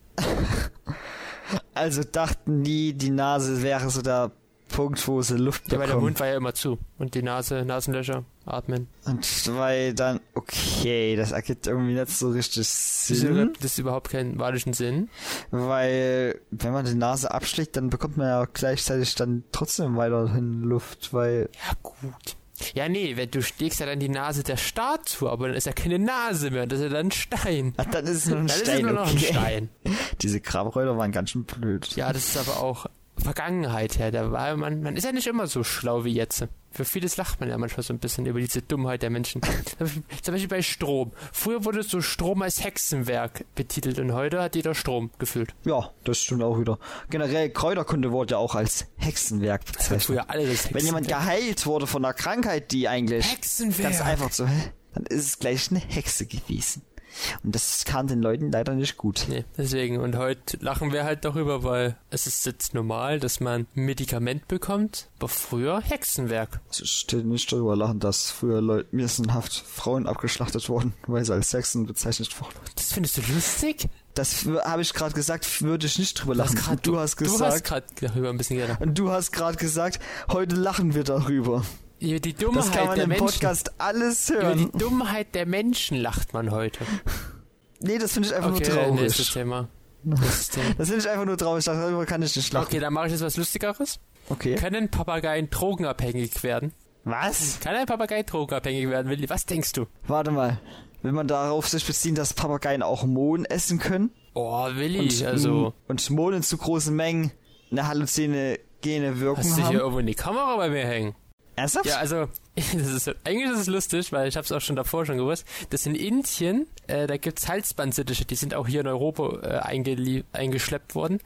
B: Also dachten die, die Nase wäre so der Punkt, wo sie Luft
A: Ja, weil der
B: bekommen.
A: Mund war ja immer zu und die Nase, Nasenlöcher, atmen.
B: Und weil dann, okay, das ergibt irgendwie nicht so richtig
A: Das
B: Sinn.
A: ist überhaupt keinen wahrlichen Sinn.
B: Weil, wenn man die Nase abschlägt, dann bekommt man ja gleichzeitig dann trotzdem weiterhin Luft, weil
A: Ja, gut. Ja, nee, wenn du schlägst ja dann die Nase der Statue, aber dann ist ja keine Nase mehr, das ist ja dann ein Stein.
B: Ah, dann ist es nur ein
A: Dann
B: Stein.
A: ist es nur noch
B: okay.
A: ein Stein.
B: Diese Grabräuber waren ganz schön blöd.
A: Ja, das ist aber auch Vergangenheit her. Da war man, man ist ja nicht immer so schlau wie jetzt. Für vieles lacht man ja manchmal so ein bisschen über diese Dummheit der Menschen. Zum Beispiel bei Strom. Früher wurde so Strom als Hexenwerk betitelt und heute hat jeder Strom gefühlt.
B: Ja, das stimmt auch wieder. Generell Kräuterkunde wurde ja auch als Hexenwerk bezeichnet.
A: Früher alle das
B: Wenn jemand geheilt wurde von einer Krankheit, die eigentlich ganz
A: Hexenwerk.
B: einfach so, hä, dann ist es gleich eine Hexe gewesen. Und das kam den Leuten leider nicht gut.
A: Nee, deswegen. Und heute lachen wir halt darüber, weil es ist jetzt normal, dass man ein Medikament bekommt, aber früher Hexenwerk.
B: Also ich stehe nicht darüber lachen, dass früher Leute missenhaft Frauen abgeschlachtet wurden, weil sie als Hexen bezeichnet wurden.
A: Das findest du lustig?
B: Das w- habe ich gerade gesagt, würde ich nicht drüber lachen.
A: grad-
B: du hast
A: Du hast
B: gesagt,
A: gerade darüber ein bisschen gedacht.
B: und du hast gerade gesagt, heute lachen wir darüber.
A: Die die
B: Das
A: Dummheit
B: kann man
A: halt der
B: im
A: Menschen.
B: Podcast alles
A: Über
B: hören.
A: die Dummheit der Menschen lacht man heute.
B: Nee, das finde ich einfach
A: Okay,
B: nur traurig.
A: nächstes Thema. Nächstes Thema.
B: das finde ich einfach nur traurig. Darüber kann ich nicht lachen.
A: Okay, dann mache ich jetzt was Lustigeres.
B: Okay.
A: Können Papageien drogenabhängig werden?
B: Was?
A: Kann ein Papagei drogenabhängig werden, Willi? Was denkst du?
B: Warte mal. Will man darauf sich beziehen, dass Papageien auch Mohn essen können?
A: Oh, Willi,
B: Und, hm,
A: also.
B: Und Mohn in zu großen Mengen eine halluzinogene Wirkung
A: Hast du hier
B: haben?
A: irgendwo in die Kamera bei mir hängen?
B: Ernsthaft?
A: Ja, also, das ist, eigentlich ist es lustig, weil ich habe es auch schon davor schon gewusst, dass in Indien, äh, da gibt's Halsbandsittiche, die sind auch hier in Europa äh, eingelie- eingeschleppt worden.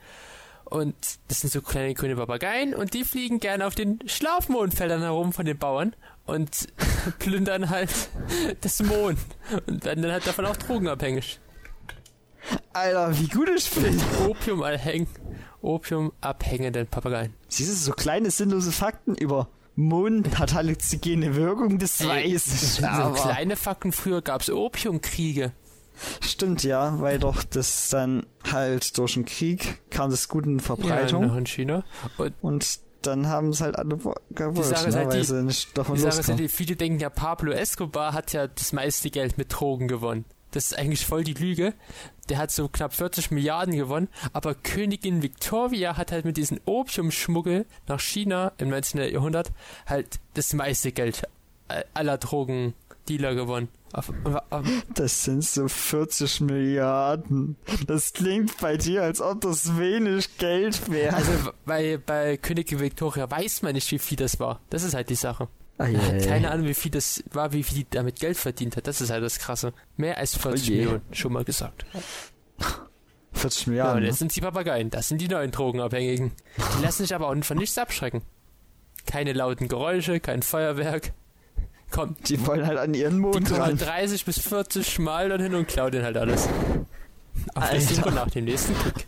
A: Und das sind so kleine grüne Papageien und die fliegen gerne auf den Schlafmohnfeldern herum von den Bauern und plündern halt das Mohn und werden dann halt davon auch drogenabhängig.
B: Alter, wie gut ich bin.
A: Opium allhängig opiumabhängenden Papageien.
B: Siehst du, so kleine sinnlose Fakten über Mond hat halluzinogene Wirkung, das weiß ich.
A: so
B: Aber
A: kleine Fakten, früher gab es Opiumkriege.
B: stimmt ja, weil doch das dann halt durch den Krieg kam das gut in Verbreitung
A: Ja, genau. noch in China. Und
B: und dann haben es halt alle wo- gewollt,
A: Sache ist
B: ne,
A: halt
B: weil
A: die-
B: sie nicht davon
A: die Sache ist, ja, also
B: loskamen.
A: die- viele denken ja, Pablo Escobar hat ja das meiste Geld mit Drogen gewonnen. Das ist eigentlich voll die Lüge. Der hat so knapp 40 Milliarden gewonnen, aber Königin Victoria hat halt mit diesem Opiumschmuggel nach China im 19. Jahrhundert halt das meiste Geld äh, aller Drogendealer gewonnen. Auf, auf, auf,
B: Das sind so 40 Milliarden. Das klingt bei dir, als ob das wenig Geld wäre.
A: Also bei, bei Königin Victoria weiß man nicht, wie viel das war. Das ist halt die Sache.
B: Ah,
A: Man hat keine Ahnung, wie viel das war, wie viel die damit Geld verdient hat. Das ist halt das Krasse. Mehr als 40
B: Oh je.
A: Millionen, schon mal gesagt.
B: 40
A: Ja,
B: Milliarden.
A: und
B: ne?
A: jetzt sind die Papageien. Das sind die neuen Drogenabhängigen. Die lassen sich aber auch von nichts abschrecken. Keine lauten Geräusche, kein Feuerwerk. Komm,
B: die wollen halt an ihren
A: die
B: Mond
A: kommen
B: ran.
A: 30 bis 40 Mal dann hin und klauen den halt alles. Auf der
B: Alter.
A: Suche nach dem nächsten Kick.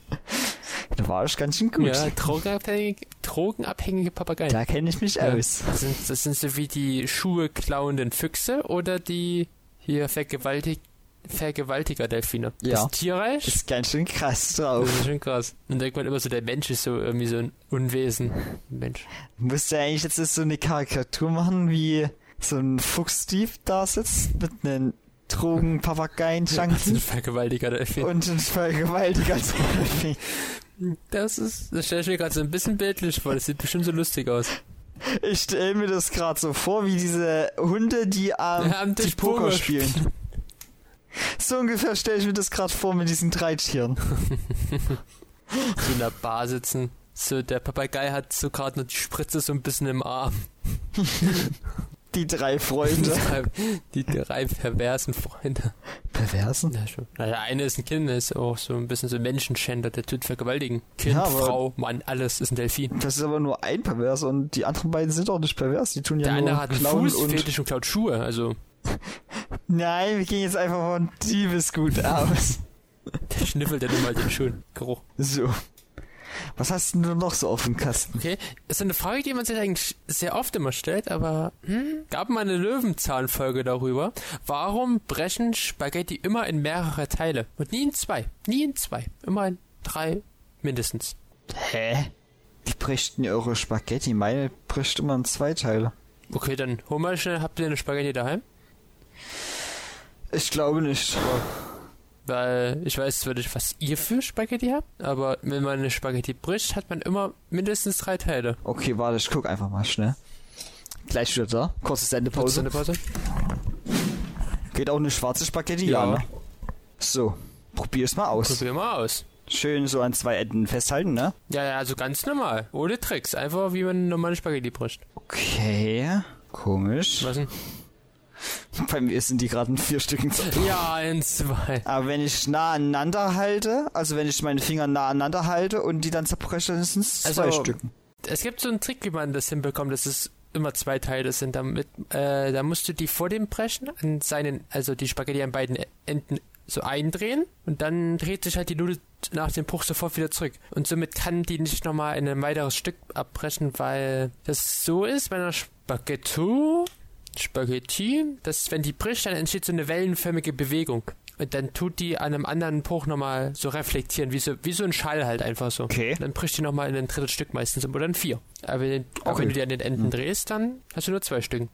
B: Da war ich ganz schön gut.
A: Ja, drogenabhängige, drogenabhängige Papageien.
B: Da kenne ich mich
A: Ja.
B: aus.
A: Das sind, das sind so wie die Schuhe klauenden Füchse oder die hier vergewaltig, Vergewaltiger Delfine.
B: Ja.
A: Das Tierreich?
B: Ist ganz schön krass
A: Das
B: drauf.
A: ist schon krass. Dann denkt man immer so, der Mensch ist so irgendwie so ein Unwesen. Mensch.
B: Musst du eigentlich jetzt so eine Karikatur machen, wie so ein Fuchsdieb da sitzt mit
A: also
B: einem
A: Das ist ein
B: Drogen-Papageien-Junkie
A: Vergewaltiger Delfin.
B: und ein Vergewaltiger.
A: Das ist, das stelle ich mir gerade so ein bisschen bildlich vor. Das sieht bestimmt so lustig aus.
B: Ich stelle mir das gerade so vor, wie diese Hunde, die am
A: Ja, am
B: die
A: Tisch
B: Poker,
A: Poker
B: spielen. So ungefähr stelle ich mir das gerade vor mit diesen drei Tieren.
A: So in der Bar sitzen. So, der Papagei hat so gerade noch die Spritze so ein bisschen im Arm.
B: Die drei
A: Die
B: Freunde.
A: drei, die drei perversen Freunde.
B: Perversen?
A: Ja, schon. Na, der eine ist ein Kind, der ist auch so ein bisschen so ein Menschenschänder, der tut vergewaltigen. Kind,
B: Ja, aber-
A: Frau, Mann, alles ist ein Delfin.
B: Das ist aber nur ein Pervers und die anderen beiden sind doch nicht pervers. Die tun ja
A: Der
B: nur
A: andere hat einen
B: klauen und
A: Fußfetisch und klaut Schuhe, also
B: Nein, wir gehen jetzt einfach von Diebesgut aus.
A: der schnüffelt dann immer den schönen Geruch.
B: So. Was hast denn du noch so auf dem Kasten?
A: Okay, das ist eine Frage, die man sich eigentlich sehr oft immer stellt, aber hm, gab mal eine Löwenzahnfolge darüber. Warum brechen Spaghetti immer in mehrere Teile und nie in zwei? Nie in zwei, immer in drei mindestens.
B: Hä? Die brichten eure Spaghetti. Meine bricht immer in zwei Teile.
A: Okay, dann hol mal schnell, habt ihr eine Spaghetti daheim?
B: Ich glaube nicht.
A: Weil ich weiß zwar nicht, was ihr für Spaghetti habt, aber wenn man eine Spaghetti bricht, hat man immer mindestens drei Teile.
B: Okay, warte, ich guck einfach mal schnell. Gleich wieder da. Kurze
A: Kurz
B: Sendepause.
A: eine Pause.
B: Geht auch eine schwarze Spaghetti?
A: Ja.
B: ne? So, probier's mal aus.
A: Probier mal aus.
B: Schön so an zwei Enden festhalten, ne?
A: Ja, ja, also ganz normal. Ohne Tricks. Einfach wie man eine normale Spaghetti bricht.
B: Okay. Komisch.
A: Was denn?
B: Bei mir sind die gerade in vier Stücken zu.
A: Ja, in zwei.
B: Aber wenn ich nah aneinander halte, also wenn ich meine Finger nah aneinander halte und die dann zerbreche, dann sind es
A: Also-
B: zwei Stücken.
A: Es gibt so einen Trick, wie man das hinbekommt, dass es immer zwei Teile sind. Damit, äh, da musst du die vor dem Brechen an seinen, also die Spaghetti an beiden Enden so eindrehen und dann dreht sich halt die Nudel nach dem Bruch sofort wieder zurück. Und somit kann die nicht nochmal in ein weiteres Stück abbrechen, weil das so ist bei einer Spaghetti, Spaghetti, dass wenn die bricht, dann entsteht so eine wellenförmige Bewegung. Und dann tut die an einem anderen Bruch nochmal so reflektieren, wie so, wie so ein Schall halt einfach so.
B: Okay.
A: Dann bricht die nochmal in ein drittes Stück meistens um oder ein vier. Aber wenn,
B: Okay.
A: auch wenn du die an den Enden
B: hm.
A: drehst, dann hast du nur zwei Stück.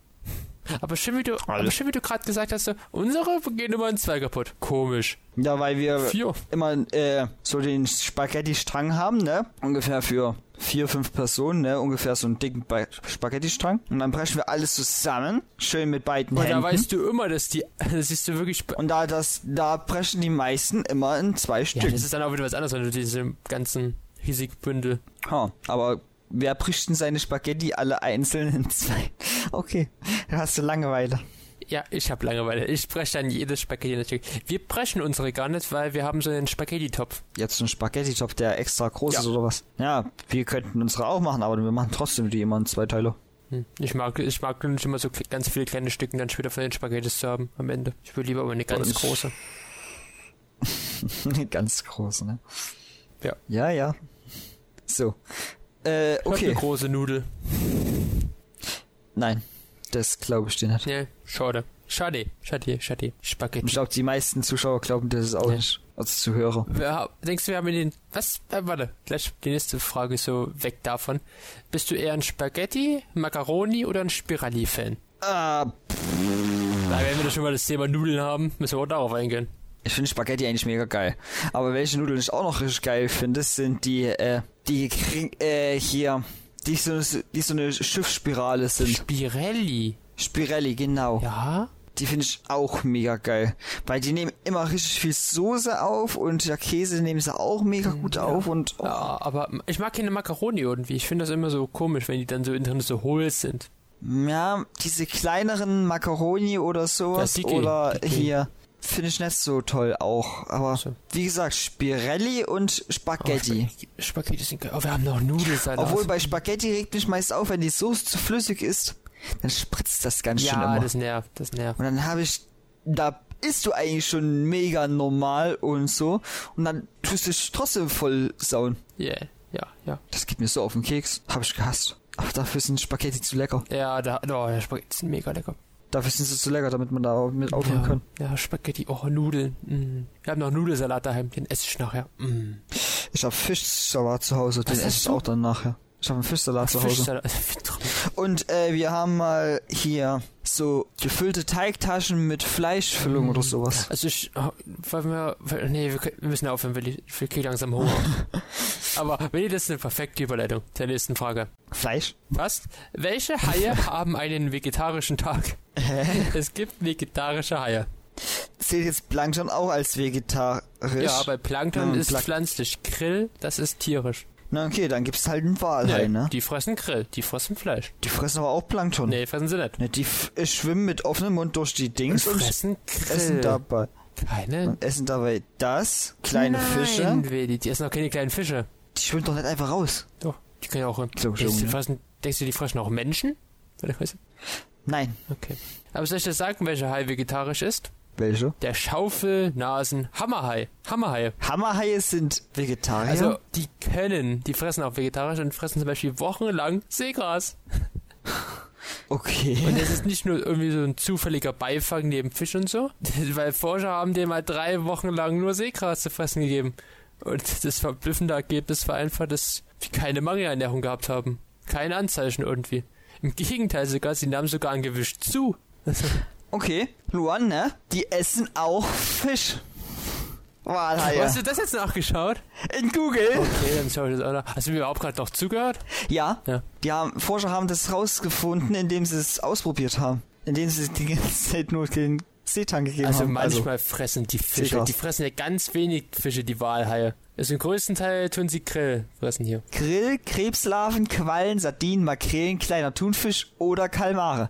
A: Aber schön, wie du, aber schön, wie du gerade gesagt hast, so, unsere gehen immer in zwei kaputt. Komisch.
B: Ja, weil wir
A: Vier.
B: immer äh, so den Spaghetti-Strang haben, ne? Ungefähr für vier, fünf Personen, ne? Ungefähr so einen dicken Ba- Spaghetti-Strang. Und dann brechen wir alles zusammen, schön mit beiden
A: Und da
B: Händen.
A: weißt du immer, dass die, das siehst du wirklich,
B: und da das, da brechen die meisten immer in zwei
A: ja,
B: Stück.
A: das ist dann auch wieder was anderes, wenn du diese ganzen riesigen Bündel
B: Ha, aber wer bricht denn seine Spaghetti alle einzeln in zwei? Okay, da hast du Langeweile.
A: Ja, ich habe Langeweile. Ich breche dann jedes Spaghetti natürlich. Wir brechen unsere gar nicht, weil wir haben so einen Spaghetti-Topf.
B: Jetzt ein Spaghetti-Top, der extra groß
A: Ja.
B: ist oder was? Ja, wir könnten unsere auch machen, aber wir machen trotzdem die immer in zwei Teile.
A: Hm. Ich mag, ich mag nur nicht immer so kle- ganz viele kleine Stücken dann später von den Spaghettis zu haben am Ende. Ich will lieber immer eine ganz
B: Und-
A: große.
B: Ganz groß, ne?
A: Ja.
B: Ja, ja. So. Äh,
A: Ich hab
B: okay.
A: eine große Nudel.
B: Nein, das glaube ich dir nicht.
A: Nee, schade. Schade, schade, schade.
B: Ich
A: Spaghetti.
B: glaube, die meisten Zuschauer glauben das auch
A: Ja.
B: nicht. Also Zuhörer.
A: Wir, ha- denkst du, wir haben den. Was? Äh, warte, gleich die nächste Frage ist so weg davon. Bist du eher ein Spaghetti, Macaroni oder ein Spirali-Fan?
B: Ah,
A: Na, wenn wir da schon mal das Thema Nudeln haben, müssen wir auch darauf eingehen.
B: ich finde Spaghetti eigentlich mega geil. Aber welche Nudeln ich auch noch richtig geil finde, sind die, äh, die kring- äh, hier, die so, die so eine Schiffsspirale sind.
A: Spirelli?
B: Spirelli, genau.
A: Ja?
B: Die finde ich auch mega geil. Weil die nehmen immer richtig viel Soße auf und der Käse nehmen sie auch mega gut auf und oh,
A: Mhm, Ja, aber ich mag keine Macaroni irgendwie. Ich finde das immer so komisch, wenn die dann so innen drin so hohl sind.
B: ja, diese kleineren Macaroni oder sowas
A: Ja, die gehen,
B: oder
A: die gehen.
B: hier finde ich nicht so toll auch. Aber
A: So.
B: wie gesagt, Spirelli und Spaghetti.
A: Spaghetti, Spaghetti sind geil. Oh, wir haben noch Nudelsalat.
B: Obwohl bei Spaghetti regt mich meist auf, wenn die Soße zu flüssig ist, dann spritzt das ganz schön
A: ja,
B: immer.
A: das nervt, das nervt.
B: Und dann habe ich, da isst du eigentlich schon mega normal und so. Und dann tust du dich trotzdem voll sauen.
A: Yeah, ja, ja.
B: Das geht mir so auf den Keks. Hab ich gehasst. Aber dafür sind Spaghetti zu lecker.
A: Ja, da, oh, ja, Spaghetti sind mega lecker.
B: Dafür sind sie zu lecker, damit man da auch mit aufhören
A: Ja,
B: kann.
A: ja, Spaghetti, oh, Nudeln. Mm. Wir haben noch Nudelsalat daheim, den esse ich nachher. Mm.
B: Ich hab Fischsalat zu Hause. Den
A: Was
B: esse
A: hast
B: ich
A: du?
B: auch dann nachher. Ich hab einen Fischsalat zu Hause.
A: Fischsalat. Also,
B: Und äh, wir haben mal hier so gefüllte Teigtaschen mit Fleischfüllung oder sowas.
A: Also ich, oh, wollen wir, weil- nee, wir, können, wir müssen aufhören, weil ich, ich kriege langsam Hunger. Aber nee, das ist eine perfekte Überleitung zur nächsten Frage.
B: Fleisch?
A: Fast. Welche Haie haben einen vegetarischen Tag?
B: Hä?
A: Es gibt vegetarische Haie.
B: Zählt jetzt Plankton auch als vegetarisch?
A: Ja, bei Plankton
B: Hm,
A: ist
B: Plank-
A: pflanzlich. Krill, das ist tierisch.
B: Na okay, dann gibt's halt einen Walhai,
A: Nee,
B: ne?
A: Die fressen Grill, die fressen Fleisch.
B: Die fressen aber auch Plankton.
A: Nee, fressen sie nicht.
B: Ne, die f- äh, schwimmen mit offenem Mund durch die
A: Die
B: Dings und
A: fressen Grill.
B: essen Hm? dabei,
A: Keine.
B: und essen Äh, dabei das, kleine
A: Nein,
B: Fische.
A: Willi, die essen doch keine kleinen Fische.
B: Die schwimmt doch nicht einfach raus.
A: Doch, die können ja auch.
B: glaub schon,
A: Denkst du, die
B: ja.
A: fressen, denkst du, die fressen auch Menschen? Warte, weißt du?
B: Nein.
A: Okay. Aber soll ich dir sagen, welcher Hai vegetarisch ist?
B: Welche?
A: Der Schaufelnasen-Hammerhai. Hammerhai.
B: Hammerhaie sind Vegetarier.
A: Also, die können, die fressen auch vegetarisch und fressen zum Beispiel wochenlang Seegras.
B: okay.
A: Und das ist nicht nur irgendwie so ein zufälliger Beifang neben Fisch und so, weil Forscher haben dem mal drei Wochen lang nur Seegras zu fressen gegeben. Und das verblüffende Ergebnis war einfach, dass wir keine Mangelernährung gehabt haben. Kein Anzeichen irgendwie. Im Gegenteil sogar, sie nahmen sogar angewischt zu.
B: Okay, Luan, ne? Die essen auch Fisch. Walhaie.
A: Hast du das jetzt nachgeschaut?
B: In Google.
A: Ah, Okay, dann schau ich das auch nach. Hast du mir überhaupt gerade noch zugehört?
B: Ja.
A: Ja.
B: Die haben, Forscher haben das rausgefunden, indem sie es ausprobiert haben. Indem sie die ganze Zeit nur den Seetang gegeben
A: Also
B: haben.
A: manchmal fressen die Fische.
B: Seegras.
A: Die fressen ja ganz wenig Fische, die Walhaie. Also im größten Teil tun sie Grill fressen hier.
B: Grill, Krebslarven, Quallen, Sardinen, Makrelen, kleiner Thunfisch oder Kalmare.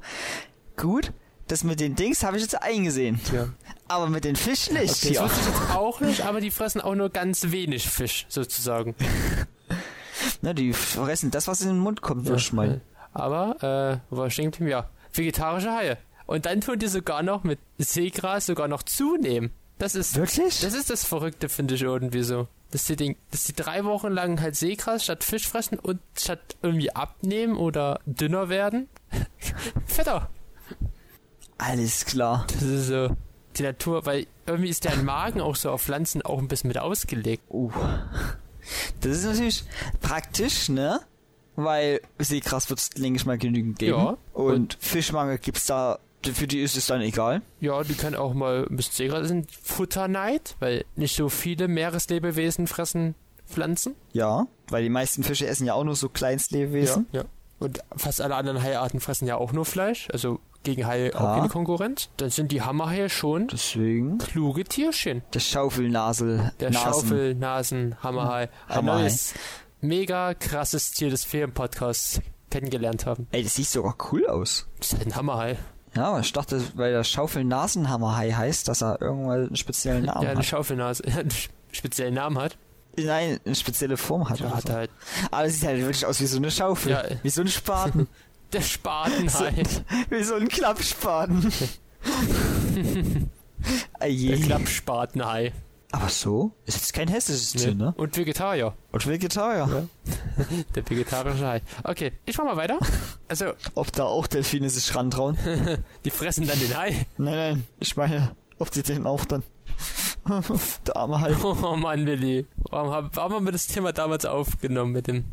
B: Gut, das mit den Dings habe ich jetzt eingesehen.
A: Ja.
B: Aber mit den Fisch nicht.
A: Das
B: ja.
A: wusste ich jetzt auch nicht, aber die fressen auch nur ganz wenig Fisch, sozusagen.
B: Na, ne, die fressen das, was in den Mund kommt, würde ich meinen.
A: Aber, äh, was stinkt ihm? Ja, vegetarische Haie. Und dann tun die sogar noch mit Seegras sogar noch zunehmen. Das ist,
B: Wirklich?
A: das ist das Verrückte, finde ich irgendwie so. Dass die, den, dass die drei Wochen lang halt Seegras statt Fisch fressen und statt irgendwie abnehmen oder dünner werden, fetter.
B: Alles klar.
A: Das ist so die Natur, weil irgendwie ist der Magen auch so auf Pflanzen auch ein bisschen mit ausgelegt.
B: Uh. Das ist natürlich praktisch, ne? Weil Seekrass wird es, denke ich mal, genügend geben.
A: Ja.
B: Und, Fischmangel gibt's da, für die ist es dann egal.
A: Ja, die können auch mal ein bisschen Seegras essen. Futterneid, weil nicht so viele Meereslebewesen fressen Pflanzen.
B: Ja, weil die meisten Fische essen ja auch nur so Kleinstlebewesen.
A: Ja. Und fast alle anderen Haiarten fressen ja auch nur Fleisch. Also gegen Haie auch
B: Ja.
A: keine Konkurrenz. Dann sind die Hammerhaie schon
B: Deswegen.
A: kluge Tierchen.
B: Der Schaufelnasel.
A: Der
B: Nasen.
A: Schaufelnasen, Hammerhai. Ein
B: Hammerhai.
A: neues, mega krasses Tier, das wir im Podcast kennengelernt haben.
B: Ey, das sieht sogar cool aus.
A: Das ist ein Hammerhai.
B: Ja, aber ich dachte, weil der Schaufelnasenhammerhai heißt, dass er irgendwann einen speziellen Namen
A: ja, eine
B: hat.
A: Schaufelnase. einen speziellen Namen hat.
B: Nein, eine spezielle Form hat.
A: Ja,
B: oder
A: hat
B: so.
A: halt
B: Aber es sieht halt wirklich aus wie so eine Schaufel.
A: Ja.
B: Wie so ein Spaten.
A: der Spatenhai.
B: wie so ein Klappspaten.
A: der
B: Aje.
A: Klappspatenhai.
B: Aber so ist jetzt kein hessisches Tier, ne?
A: Und Vegetarier.
B: Und Vegetarier.
A: Der vegetarische Hai. Okay, ich mach mal weiter. Also,
B: Ob da auch Delfine sich rantrauen? nein,
A: die fressen dann den Hai.
B: nein, ich meine, ob die den auch dann... Der arme Hai.
A: Oh Mann, Willi. Warum, hab, warum haben wir das Thema damals aufgenommen mit dem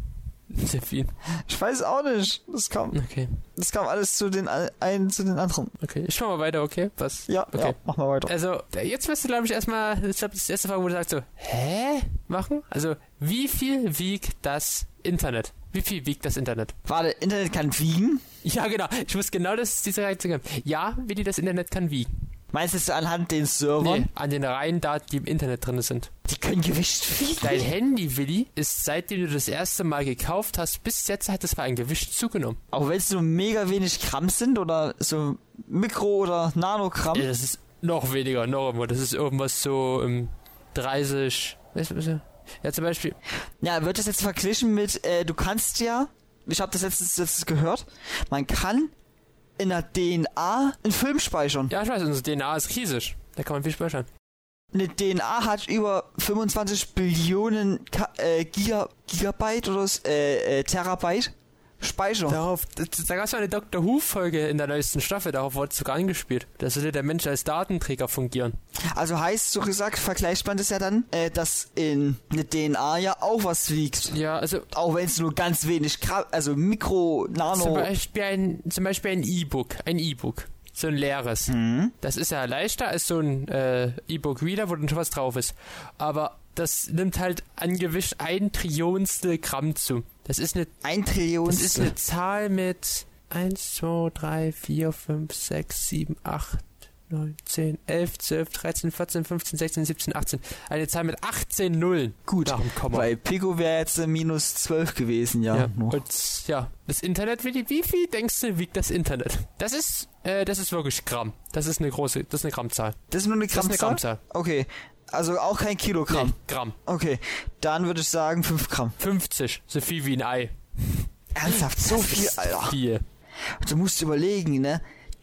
A: Delfin?
B: Ich weiß auch nicht. Das kam,
A: Okay,
B: das kam alles zu den ein- einen, zu den anderen.
A: okay. Ich mach mal weiter, okay? Was?
B: Ja,
A: Okay.
B: ja, mach mal weiter.
A: Also, da- jetzt wirst du, glaube ich, erstmal, ich glaube, das ist die erste Frage, wo du sagst so, hä? Machen? Also, wie viel wiegt das Internet? Wie viel wiegt das Internet?
B: Warte, Internet kann wiegen?
A: Ja, genau. Ich muss genau das, diese Reaktion haben. Ja, Willi, das Internet kann wiegen.
B: Meinst du jetzt anhand den Servern?
A: Nee, an den Reihen Daten, die im Internet drin sind.
B: Die können Gewicht
A: Dein
B: wiegen.
A: Handy, Willi, ist seitdem du das erste Mal gekauft hast, bis jetzt hat es mal ein Gewicht zugenommen.
B: Auch wenn es nur mega wenig Gramm sind oder so Mikro- oder Nanogramm.
A: Ja, das ist noch weniger, noch irgendwo. Das ist irgendwas so im 30. Weißt du, weißt du? Ja, zum Beispiel.
B: Ja, wird das jetzt verglichen mit, äh, du kannst ja, ich habe das letztens, letztens gehört, man kann in der DNA einen Film speichern.
A: Ja, ich weiß, unsere DNA ist riesig. Da kann man viel speichern.
B: Eine DNA hat über 25 Billionen Ka äh, Giga Gigabyte oder s- äh, äh, Terabyte Speicherung.
A: Darauf, da gab es eine Doctor Who-Folge in der neuesten Staffel, darauf wurde es sogar angespielt. Da sollte der Mensch als Datenträger fungieren.
B: Also heißt, so gesagt, vergleicht man das ja dann, äh, dass in eine DNA ja auch was wiegt.
A: Ja, also
B: Auch wenn es nur ganz wenig Gramm, also Mikro,
A: Zum
B: Nano.
A: Beispiel ein, zum Beispiel ein E-Book, ein E-Book. So ein leeres.
B: hm?
A: Das ist ja leichter als so ein äh, E-Book-Reader, wo dann schon was drauf ist. Aber das nimmt halt angewischt ein Trillionstel Gramm zu. Das ist eine,
B: Ein Trillion.
A: das ist eine Zahl mit 1, 2, 3, 4, 5, 6, 7, 8, 9, 10, 11, 12, 13, 14, 15, 16, 17, 18. Eine Zahl mit 18 Nullen.
B: Gut,
A: Nach dem Komma.
B: Bei Pico wäre jetzt äh, minus 12 gewesen, ja.
A: Ja,
B: Noch.
A: und ja, das Internet, wie, wie viel denkst du, wiegt das Internet? Das ist, äh, das ist wirklich Gramm. Das ist eine große, das ist eine Grammzahl.
B: Das ist nur eine
A: Das ist eine
B: Grammzahl?
A: Grammzahl.
B: Okay, also auch kein Kilogramm.
A: Nee, Gramm.
B: Okay, dann würde ich sagen 5 Gramm.
A: 50, so viel wie ein Ei.
B: Ernsthaft, so viel, Alter.
A: Viel.
B: Du musst überlegen, ne?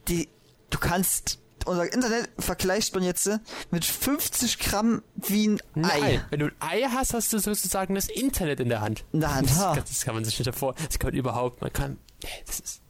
B: Die, du kannst, unser Internet vergleicht man jetzt äh, mit 50 Gramm wie ein
A: Ein
B: Ei,
A: Ei. Wenn du ein Ei hast, hast du sozusagen das Internet in der Hand.
B: in der Hand.
A: Das,
B: Ha.
A: kann- das kann man sich nicht davor, das kann man überhaupt, man kann, nee, das ist,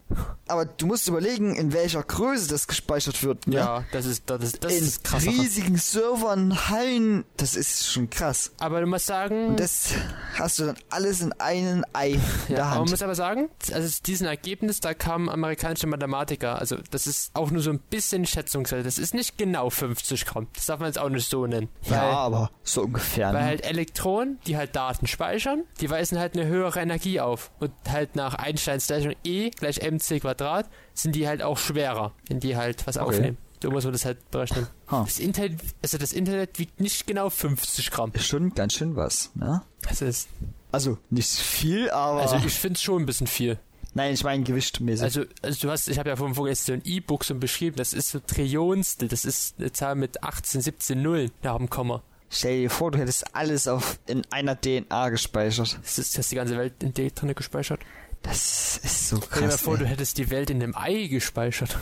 B: Aber du musst überlegen, in welcher Größe das gespeichert wird, ne?
A: ja, das ist, das ist, das
B: in
A: ist krass.
B: riesigen Servern, Hallen, das ist schon krass.
A: Aber du musst sagen,
B: Das hast du dann alles in einem Ei in der
A: Ja, aber man
B: Hand.
A: muss aber sagen, also zu diesem Ergebnis, da kamen amerikanische Mathematiker. Also das ist auch nur so ein bisschen Schätzungsweise. Das ist nicht genau 50 Gramm. Das darf man jetzt auch nicht so nennen.
B: Ja,
A: Weil,
B: aber so ungefähr.
A: weil
B: Ne?
A: halt Elektronen, die halt Daten speichern, die weisen halt eine höhere Energie auf. Und halt nach Einsteins Gleichung E gleich mc Quadrat sind die halt auch schwerer, wenn die halt was aufnehmen. So muss man das halt berechnen.
B: Ha.
A: Das Internet, also das Internet wiegt nicht genau 50 Gramm.
B: Ist schon ganz schön was, ne?
A: Das ist,
B: Also nicht viel, aber.
A: also ich finde es schon ein bisschen viel.
B: nein, ich meine gewichtmäßig.
A: Also, also du hast, ich habe ja vorhin vorgelesen, so ein E-Book so beschrieben, das ist so Trillionstel, das ist eine Zahl mit 18, 17 Nullen nach dem Komma.
B: Stell dir vor, du hättest alles auf in einer DNA gespeichert.
A: Das ist, das ist die ganze Welt in der drinne gespeichert.
B: Das ist so
A: Stell dir mal
B: krass. ne?
A: vor,
B: ey.
A: du hättest die Welt in einem Ei gespeichert.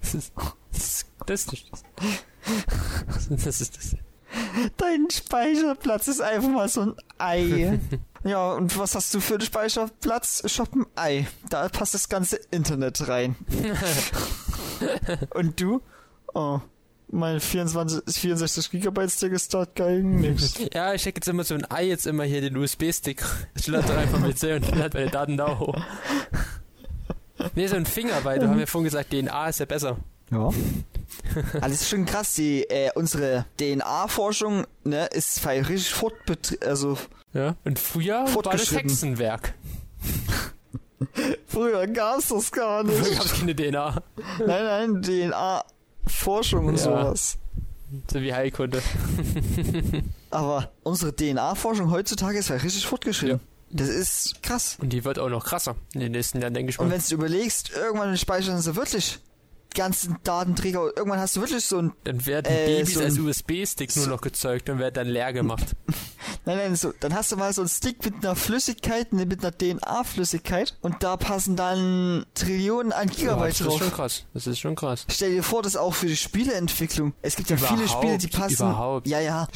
A: Das ist, das ist, das ist, das ist, das
B: Dein Speicherplatz ist einfach mal so ein Ei. ja, und was hast du für einen Speicherplatz? Ich hab ein Ei. Da passt das ganze Internet rein. und du? Oh, mein 24, 64 Gigabyte Stick ist dort geil. Nix.
A: ja, ich stecke jetzt immer so ein Ei jetzt immer hier in den USB-Stick. Ich lade einfach mit C und lade meine Daten da hoch. Nee, so ein Finger, weil du hast mir vorhin gesagt, DNA ist ja besser.
B: Ja. Also das ist schon krass, die, äh, unsere DNA-Forschung ne, ist voll richtig fortbetrie also
A: Ja. Und früher war das
B: Fortgeschritten.
A: Hexenwerk.
B: früher gab's das gar
A: Ich
B: nicht.
A: hab keine DNA.
B: nein, nein, DNA-Forschung und
A: Ja.
B: sowas.
A: So wie Heilkunde.
B: Aber unsere DNA-Forschung heutzutage ist ja richtig fortgeschritten.
A: Ja.
B: Das ist krass.
A: Und die wird auch noch krasser in den nächsten Jahren, denke ich
B: Und
A: mal.
B: wenn du überlegst, irgendwann speichern sie wirklich die ganzen Datenträger. und Irgendwann hast du wirklich so ein,
A: Dann werden
B: äh,
A: Babys
B: so ein-
A: als USB-Stick nur noch gezeugt und werden dann leer gemacht.
B: Nein, nein, so, dann hast du mal so einen Stick mit einer Flüssigkeit, ne, mit einer DNA-Flüssigkeit und da passen dann Trillionen an Gigabyte
A: das ist schon
B: drauf.
A: krass. Das ist schon krass.
B: Stell dir vor, das auch für die Spieleentwicklung. Es gibt ja viele
A: Überhaupt,
B: Spiele, die passen.
A: überhaupt.
B: Ja, ja.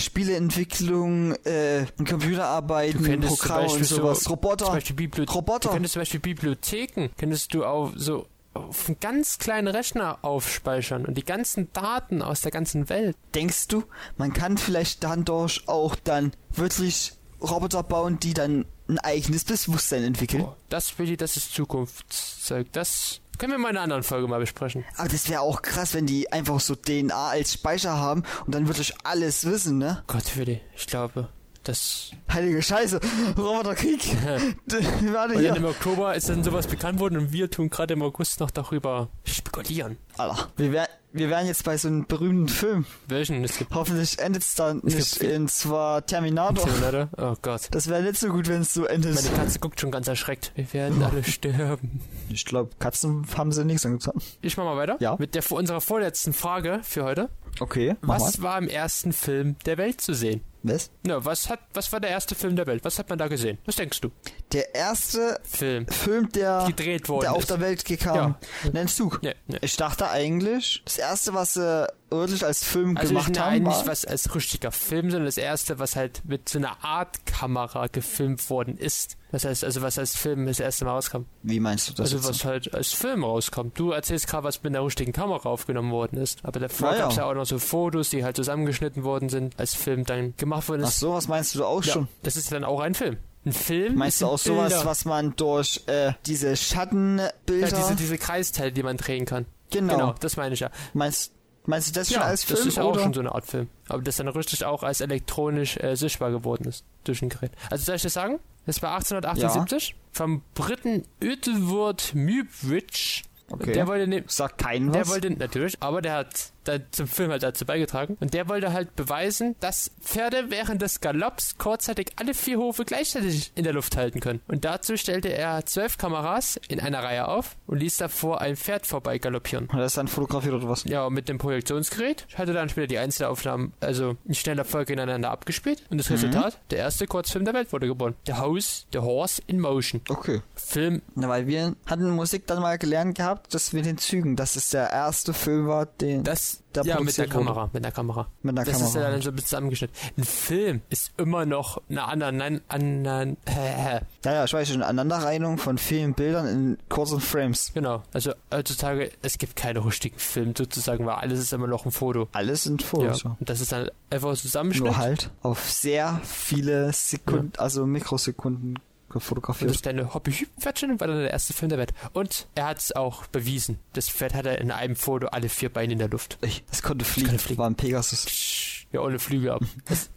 B: Spieleentwicklung, äh, Computerarbeiten, Programme Hm, und sowas. Roboter.
A: Zum Beispiel Bibliothek.
B: Roboter.
A: Du könntest zum Beispiel Bibliotheken, könntest du auf so auf einen ganz kleinen Rechner aufspeichern und die ganzen Daten aus der ganzen Welt.
B: Denkst du, man kann vielleicht dann durch auch dann wirklich Roboter bauen, die dann ein eigenes Bewusstsein entwickeln?
A: Boah, das will ich, das ist Zukunftszeug. Das können wir mal in einer anderen Folge mal besprechen.
B: Aber Ah, das wäre auch krass, wenn die einfach so DNA als Speicher haben und dann wirklich alles wissen, ne?
A: Oh Gott Willi, ich glaube, das.
B: Heilige Scheiße, Roboterkrieg. D-
A: Und
B: Warte
A: dann
B: hier.
A: im Oktober ist dann sowas bekannt worden und wir tun gerade im August noch darüber spekulieren.
B: Alter, wir, wär, wir wären jetzt bei so einem berühmten Film.
A: Welchen? Es gibt
B: Hoffentlich endet's dann nicht
A: gibt-
B: in zwar Terminator.
A: Terminator. Oh Gott.
B: Das wäre nicht so gut, wenn es so endet.
A: Meine Katze guckt schon ganz erschreckt. Wir werden alle sterben.
B: Ich glaube, Katzen haben sie nichts angetan.
A: Ich mach mal weiter.
B: Ja.
A: Mit der unserer vorletzten Frage für heute.
B: Okay, mach
A: Was war im ersten Film der Welt zu sehen?
B: mal. Was?
A: Na, was hat, was war der erste Film der Welt? Was hat man da gesehen? Was denkst du?
B: Der erste
A: Film.
B: Film, der,
A: Gedreht worden.
B: Ah, der auf
A: ist.
B: der Welt gekam. Nennst du?
A: Nee, nee.
B: Ich dachte eigentlich, das erste, was sie wirklich als Film
A: Also
B: gemacht
A: nein,
B: haben, war,
A: nicht was als richtiger Film, sondern das erste, was halt mit so einer Art Kamera gefilmt worden ist. Das heißt, also was als Film das erste Mal rauskam.
B: Wie meinst du das?
A: also
B: jetzt?
A: was halt als Film rauskam. Du erzählst gerade, was mit einer richtigen Kamera aufgenommen worden ist. Aber davor
B: Na ja.
A: gab es ja auch noch so Fotos, die halt zusammengeschnitten worden sind, als Film dann gemacht worden
B: Ach
A: ist.
B: so, was meinst du auch
A: Ja,
B: schon?
A: Das ist dann auch ein Film. Ein Film?
B: Meinst du
A: sind
B: auch sowas,
A: Bilder.
B: was man durch äh, diese Schattenbilder...
A: Ja, diese, diese Kreisteile, die man drehen kann.
B: genau.
A: Genau, das meine ich ja.
B: Meinst, meinst du das schon
A: ja,
B: als Film?
A: das ist ja auch
B: oder?
A: schon so eine Art Film. Aber das dann richtig auch als elektronisch äh, sichtbar geworden ist durch ein Gerät. Also soll ich das sagen? Das war 1878 vom Briten Ötelwurt Mübridge.
B: Okay.
A: Der wollte ne
B: Sagt keinen
A: Der
B: was?
A: wollte, natürlich, aber der hat da zum Film halt dazu beigetragen. Und der wollte halt beweisen, dass Pferde während des Galopps kurzzeitig alle vier Hufe gleichzeitig in der Luft halten können. Und dazu stellte er zwölf Kameras in einer Reihe auf und ließ davor ein Pferd vorbei galoppieren.
B: Oder ist dann fotografiert oder was?
A: Ja, und mit dem Projektionsgerät hatte dann später die Einzelaufnahmen, also in schneller Folge ineinander abgespielt. Und das
B: Mhm.
A: Resultat, der erste Kurzfilm der Welt wurde geboren. The House, The Horse in Motion.
B: Okay.
A: Film
B: Na, weil wir hatten Musik dann mal gelernt gehabt, dass wir den Zügen, dass es der erste Film war, den
A: Das
B: Da
A: ja, mit der
B: produziert
A: Kamera, mit der Kamera.
B: Mit der
A: das ist ja
B: Kamera.
A: dann so ein bisschen zusammengeschnitten. Ein Film ist immer noch eine andere, nein, anderen,
B: Ja, ja, ich weiß schon, Aneinanderreihung von vielen Bildern in kurzen Frames.
A: genau. Also heutzutage, es gibt keine richtigen Filme sozusagen, weil alles ist immer noch ein Foto.
B: Alles sind
A: Ja.
B: Fotos. Ja.
A: Und das ist dann einfach zusammenschnitt.
B: Oh, Nur halt auf sehr viele Sekunden, also Mikrosekunden
A: Und
B: gefotografiert.
A: das kleine Hobby-Pferdchen war dann der erste Film der Welt. Und er hat es auch bewiesen. Das Pferd hatte in einem Foto alle vier Beine in der Luft.
B: Ich, das konnte fliegen,
A: kann fliegen.
B: war ein Pegasus.
A: Ja, ohne Flügel ab.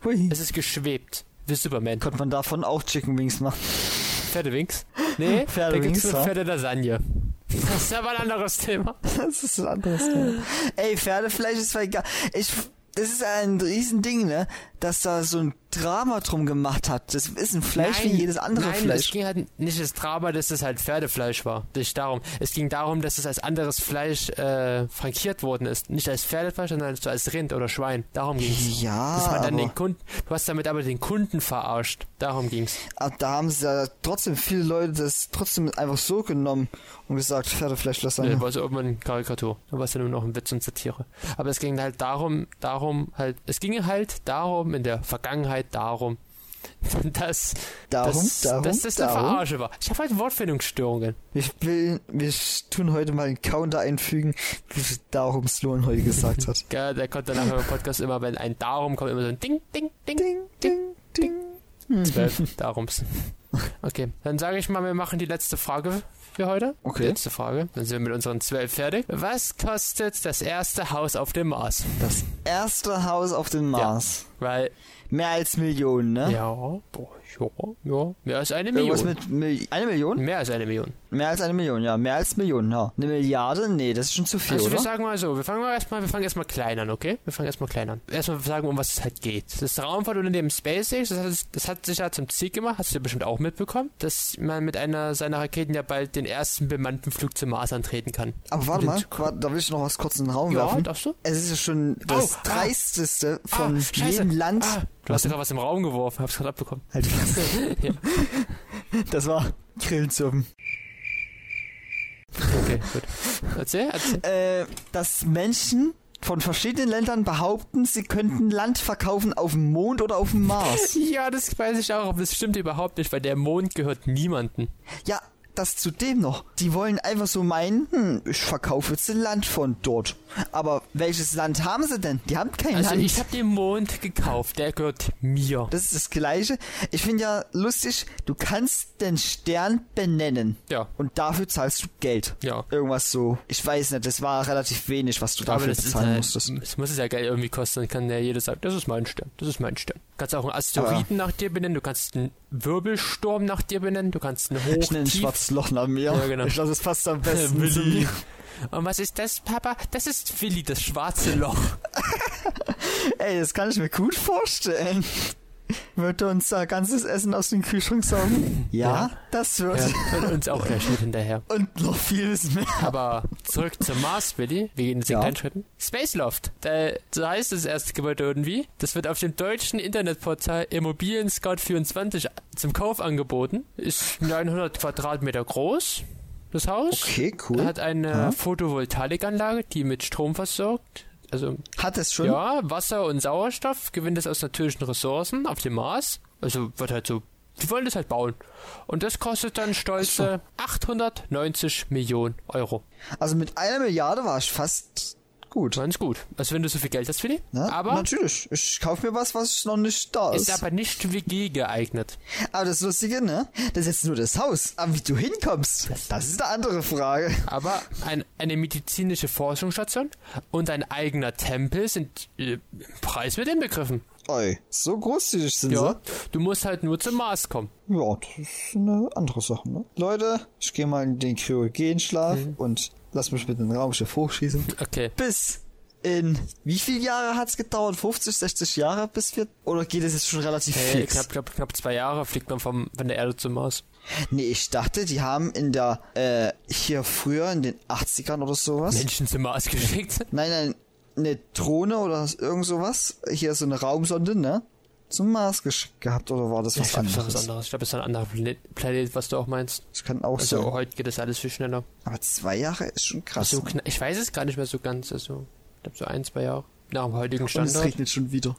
B: Hui.
A: Es ist geschwebt. Wie Superman.
B: Konnte man davon auch Chicken Wings machen.
A: Pferdewings? Nee, da
B: Pferdewings,
A: gibt's nur
B: ja.
A: Pferdelasagne. Das ist aber ein anderes Thema.
B: Das ist ein anderes Thema. Ey, Pferdefleisch ist voll egal. Ich, das ist ein Riesending, ne? Dass da so ein Drama drum gemacht hat. Das ist ein Fleisch wie jedes andere
A: nein, Es
B: Fleisch.
A: ging halt nicht das Drama, dass es halt Pferdefleisch war. Nicht darum. Es ging darum, dass es als anderes Fleisch äh, frankiert worden ist. Nicht als Pferdefleisch, sondern so als Rind oder Schwein. Darum ging's.
B: Ja,
A: Dass man dann
B: aber-
A: den Kunden, du hast damit aber den Kunden verarscht. Darum ging's.
B: Aber da haben sie ja trotzdem viele Leute das trotzdem einfach so genommen und gesagt, Pferdefleisch lass
A: Dann
B: sein.
A: war es irgendwann eine Karikatur. Dann war es ja nur noch ein Witz und Satire. Aber es ging halt darum, darum halt, es ging halt darum, in der Vergangenheit darum, dass,
B: Darum,
A: dass,
B: darum,
A: dass das eine
B: darum.
A: Verarsche war. Ich habe halt Wortfindungsstörungen.
B: Ich will, wir tun heute mal einen Counter einfügen, wie viel darum Sloan heute gesagt hat.
A: Gell, der kommt dann nachher im Podcast immer, wenn ein Darum kommt, immer so ein Ding, Ding, Ding, Ding, Ding, Ding. Zwölf Darums. Okay, dann sage ich mal, wir machen die letzte Frage für heute.
B: Okay.
A: Die letzte Frage. Dann sind wir mit unseren zwölf fertig. Was kostet das erste Haus auf dem Mars?
B: Das erste Haus auf dem Mars.
A: Weil,
B: Mehr als Millionen, ne?
A: ja, boah, ja, ja, mehr als eine
B: Irgendwas
A: Million.
B: mit Mil eine Million?
A: Mehr als eine Million.
B: Mehr als eine Million, ja. Mehr als Millionen, ja. Eine Milliarde? Nee, das ist schon zu viel,
A: Also wir
B: oder?
A: sagen mal so, wir fangen mal erstmal, wir fangen erstmal klein an, okay? Wir fangen erstmal klein an. Erstmal sagen, um was es halt geht. Das Raumfahrtunternehmen SpaceX, das hat, das hat sich ja zum Ziel gemacht, hast du ja bestimmt auch mitbekommen, dass man mit einer seiner Raketen ja bald den ersten bemannten Flug zum Mars antreten kann.
B: Aber warte mal, warte, da will ich noch was kurz in den Raum
A: Ja,
B: werfen.
A: darfst du?
B: Es ist ja schon das
A: ah.
B: Dreisteste von
A: Ah, scheiße.
B: jedem Land,
A: Ah, Du hast ja gerade was im Raum geworfen, hab's gerade abbekommen.
B: Halt fest.
A: Ja.
B: Das war Grillenzirpen.
A: Okay, gut. Erzähl, erzähl.
B: Äh, dass Menschen von verschiedenen Ländern behaupten, sie könnten Land verkaufen auf dem Mond oder auf dem Mars.
A: Ja, das weiß ich auch, aber das stimmt überhaupt nicht, weil der Mond gehört niemanden.
B: ja, das zudem noch. Die wollen einfach so meinen, hm, ich verkaufe jetzt ein Land von dort. Aber welches Land haben sie denn? Die haben kein
A: Also
B: Land.
A: ich habe den Mond gekauft, der gehört mir.
B: das ist das Gleiche. Ich finde ja lustig, du kannst den Stern benennen.
A: Ja.
B: Und dafür zahlst du Geld.
A: Ja.
B: Irgendwas so. Ich weiß nicht, das war relativ wenig, was du
A: Aber
B: dafür
A: das ist
B: bezahlen
A: halt,
B: musstest.
A: es muss es ja Geld irgendwie kosten, dann kann ja jeder sagen, das ist mein Stern, das ist mein Stern. Du kannst auch einen Asteroiden nach dir benennen, du kannst einen Wirbelsturm nach dir benennen, du kannst einen
B: Ich nenne ein
A: Hochtief.
B: schwarzes Loch nach mir.
A: Ja, genau.
B: Ich glaube, das passt am besten zu
A: Willi.
B: mir.
A: Und was ist das, Papa? Das ist Willi, das schwarze Loch.
B: Ey, das kann ich mir gut vorstellen. Wird uns da ganzes Essen aus dem Kühlschrank saugen? Ja,
A: Ja.
B: das wird.
A: Ja, und uns auch gleich mit hinterher.
B: Und noch vieles mehr.
A: Aber zurück zum Mars, Willi. Wir gehen jetzt in
B: Ja.
A: kleinen Schritten. Spaceloft. Da, so heißt das erste Gebäude irgendwie. Das wird auf dem deutschen Internetportal Immobilien Scout 24 zum Kauf angeboten. Ist 900 Quadratmeter groß, das Haus.
B: Okay,
A: Hat eine Photovoltaikanlage, die mit Strom versorgt. Also
B: Hat es schon?
A: ja, Wasser und Sauerstoff gewinnt es aus natürlichen Ressourcen auf dem Mars. Also wird halt so. Die wollen das halt bauen. Und das kostet dann stolze 890 Millionen Euro.
B: Also mit einer Milliarde war ich fast gut.
A: Ganz gut. Also wenn du so viel Geld hast, Willi.
B: Ne?
A: aber
B: Natürlich, ich kaufe mir was, was noch nicht da ist.
A: ist aber nicht für WG geeignet.
B: aber das Lustige, ne? Das ist jetzt nur das Haus. Aber wie du hinkommst, das ist eine andere Frage.
A: Aber ein, eine medizinische Forschungsstation und ein eigener Tempel sind äh, im Preis mit inbegriffen.
B: Ey, so großzügig sind
A: Ja.
B: sie.
A: Du musst halt nur zum Mars kommen.
B: Ja, das ist eine andere Sache, ne? Leute, ich gehe mal in den Kryogenschlaf und lass mich mit dem Raumschiff hochschießen.
A: Okay.
B: Bis in wie viele Jahre hat's gedauert? 50, 60 Jahre bis wir. Oder geht es jetzt schon relativ
A: Äh,
B: fix?
A: knapp, knapp, knapp zwei Jahre fliegt man vom, von der Erde zum Mars.
B: Nee, ich dachte, die haben in der. Äh, hier früher in den 80ern oder sowas.
A: Menschen zum Mars geschickt.
B: Nein, nein, eine Drohne oder irgend sowas. Hier so eine Raumsonde, ne? Zum Mars geschickt gehabt oder war das
A: Ich
B: was
A: glaube, es ist was
B: anderes?
A: anderes. Ich glaube, es ist ein anderer Planet, Planet, was du auch meinst.
B: Das kann auch
A: Also
B: sein.
A: heute geht das alles viel schneller.
B: Aber zwei Jahre ist schon krass.
A: So
B: ne?
A: kn- ich weiß es gar nicht mehr so ganz. Also, ich glaube, so ein, zwei Jahre nach dem heutigen
B: und es
A: Standort.
B: regnet schon wieder.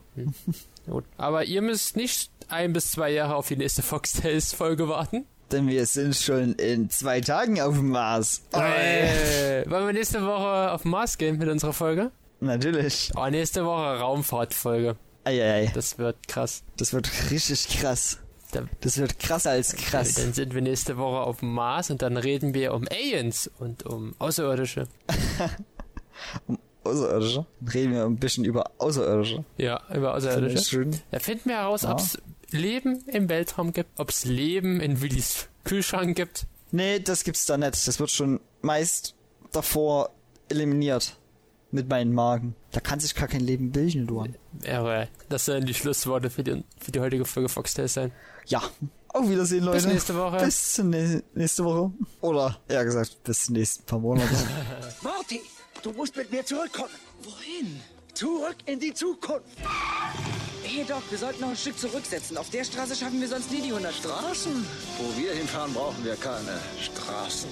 A: Gut. Aber ihr müsst nicht ein bis zwei Jahre auf die nächste Fox Tales Folge warten.
B: Denn wir sind schon in zwei Tagen auf dem Mars.
A: Äh, wollen wir nächste Woche auf den Mars gehen mit unserer Folge?
B: Natürlich.
A: Oh, nächste Woche Raumfahrtfolge.
B: Eieiei.
A: Das wird krass.
B: Das wird richtig krass.
A: Da-
B: Das wird krasser als krass.
A: Dann sind wir nächste Woche auf dem Mars und dann reden wir um Aliens und um Außerirdische.
B: Außerirdische. Reden wir ein bisschen über Außerirdische.
A: Ja, über
B: Finde ich
A: Außerirdische.
B: schön.
A: Da finden wir heraus,
B: Ja.
A: ob es Leben im Weltraum gibt, ob es Leben in Willis Kühlschrank gibt.
B: Nee, das gibt's da nicht. Das wird schon meist davor eliminiert. Mit meinem Magen. Da kann sich gar kein Leben bilden, du.
A: Aber das sollen die Schlussworte für die, für die heutige Folge Foxtail sein.
B: Ja. Auf Wiedersehen, Leute.
A: Bis nächste Woche.
B: Bis zur nä- nächste Woche. Oder, eher gesagt, bis zum nächsten paar Monate.
D: Marty, du musst mit mir zurückkommen. Wohin? Zurück in die Zukunft.
E: Hey Doc, wir sollten noch ein Stück zurücksetzen. Auf der Straße schaffen wir sonst nie die 100 Straßen.
D: Straßen?
F: Wo wir hinfahren, brauchen wir keine Straßen.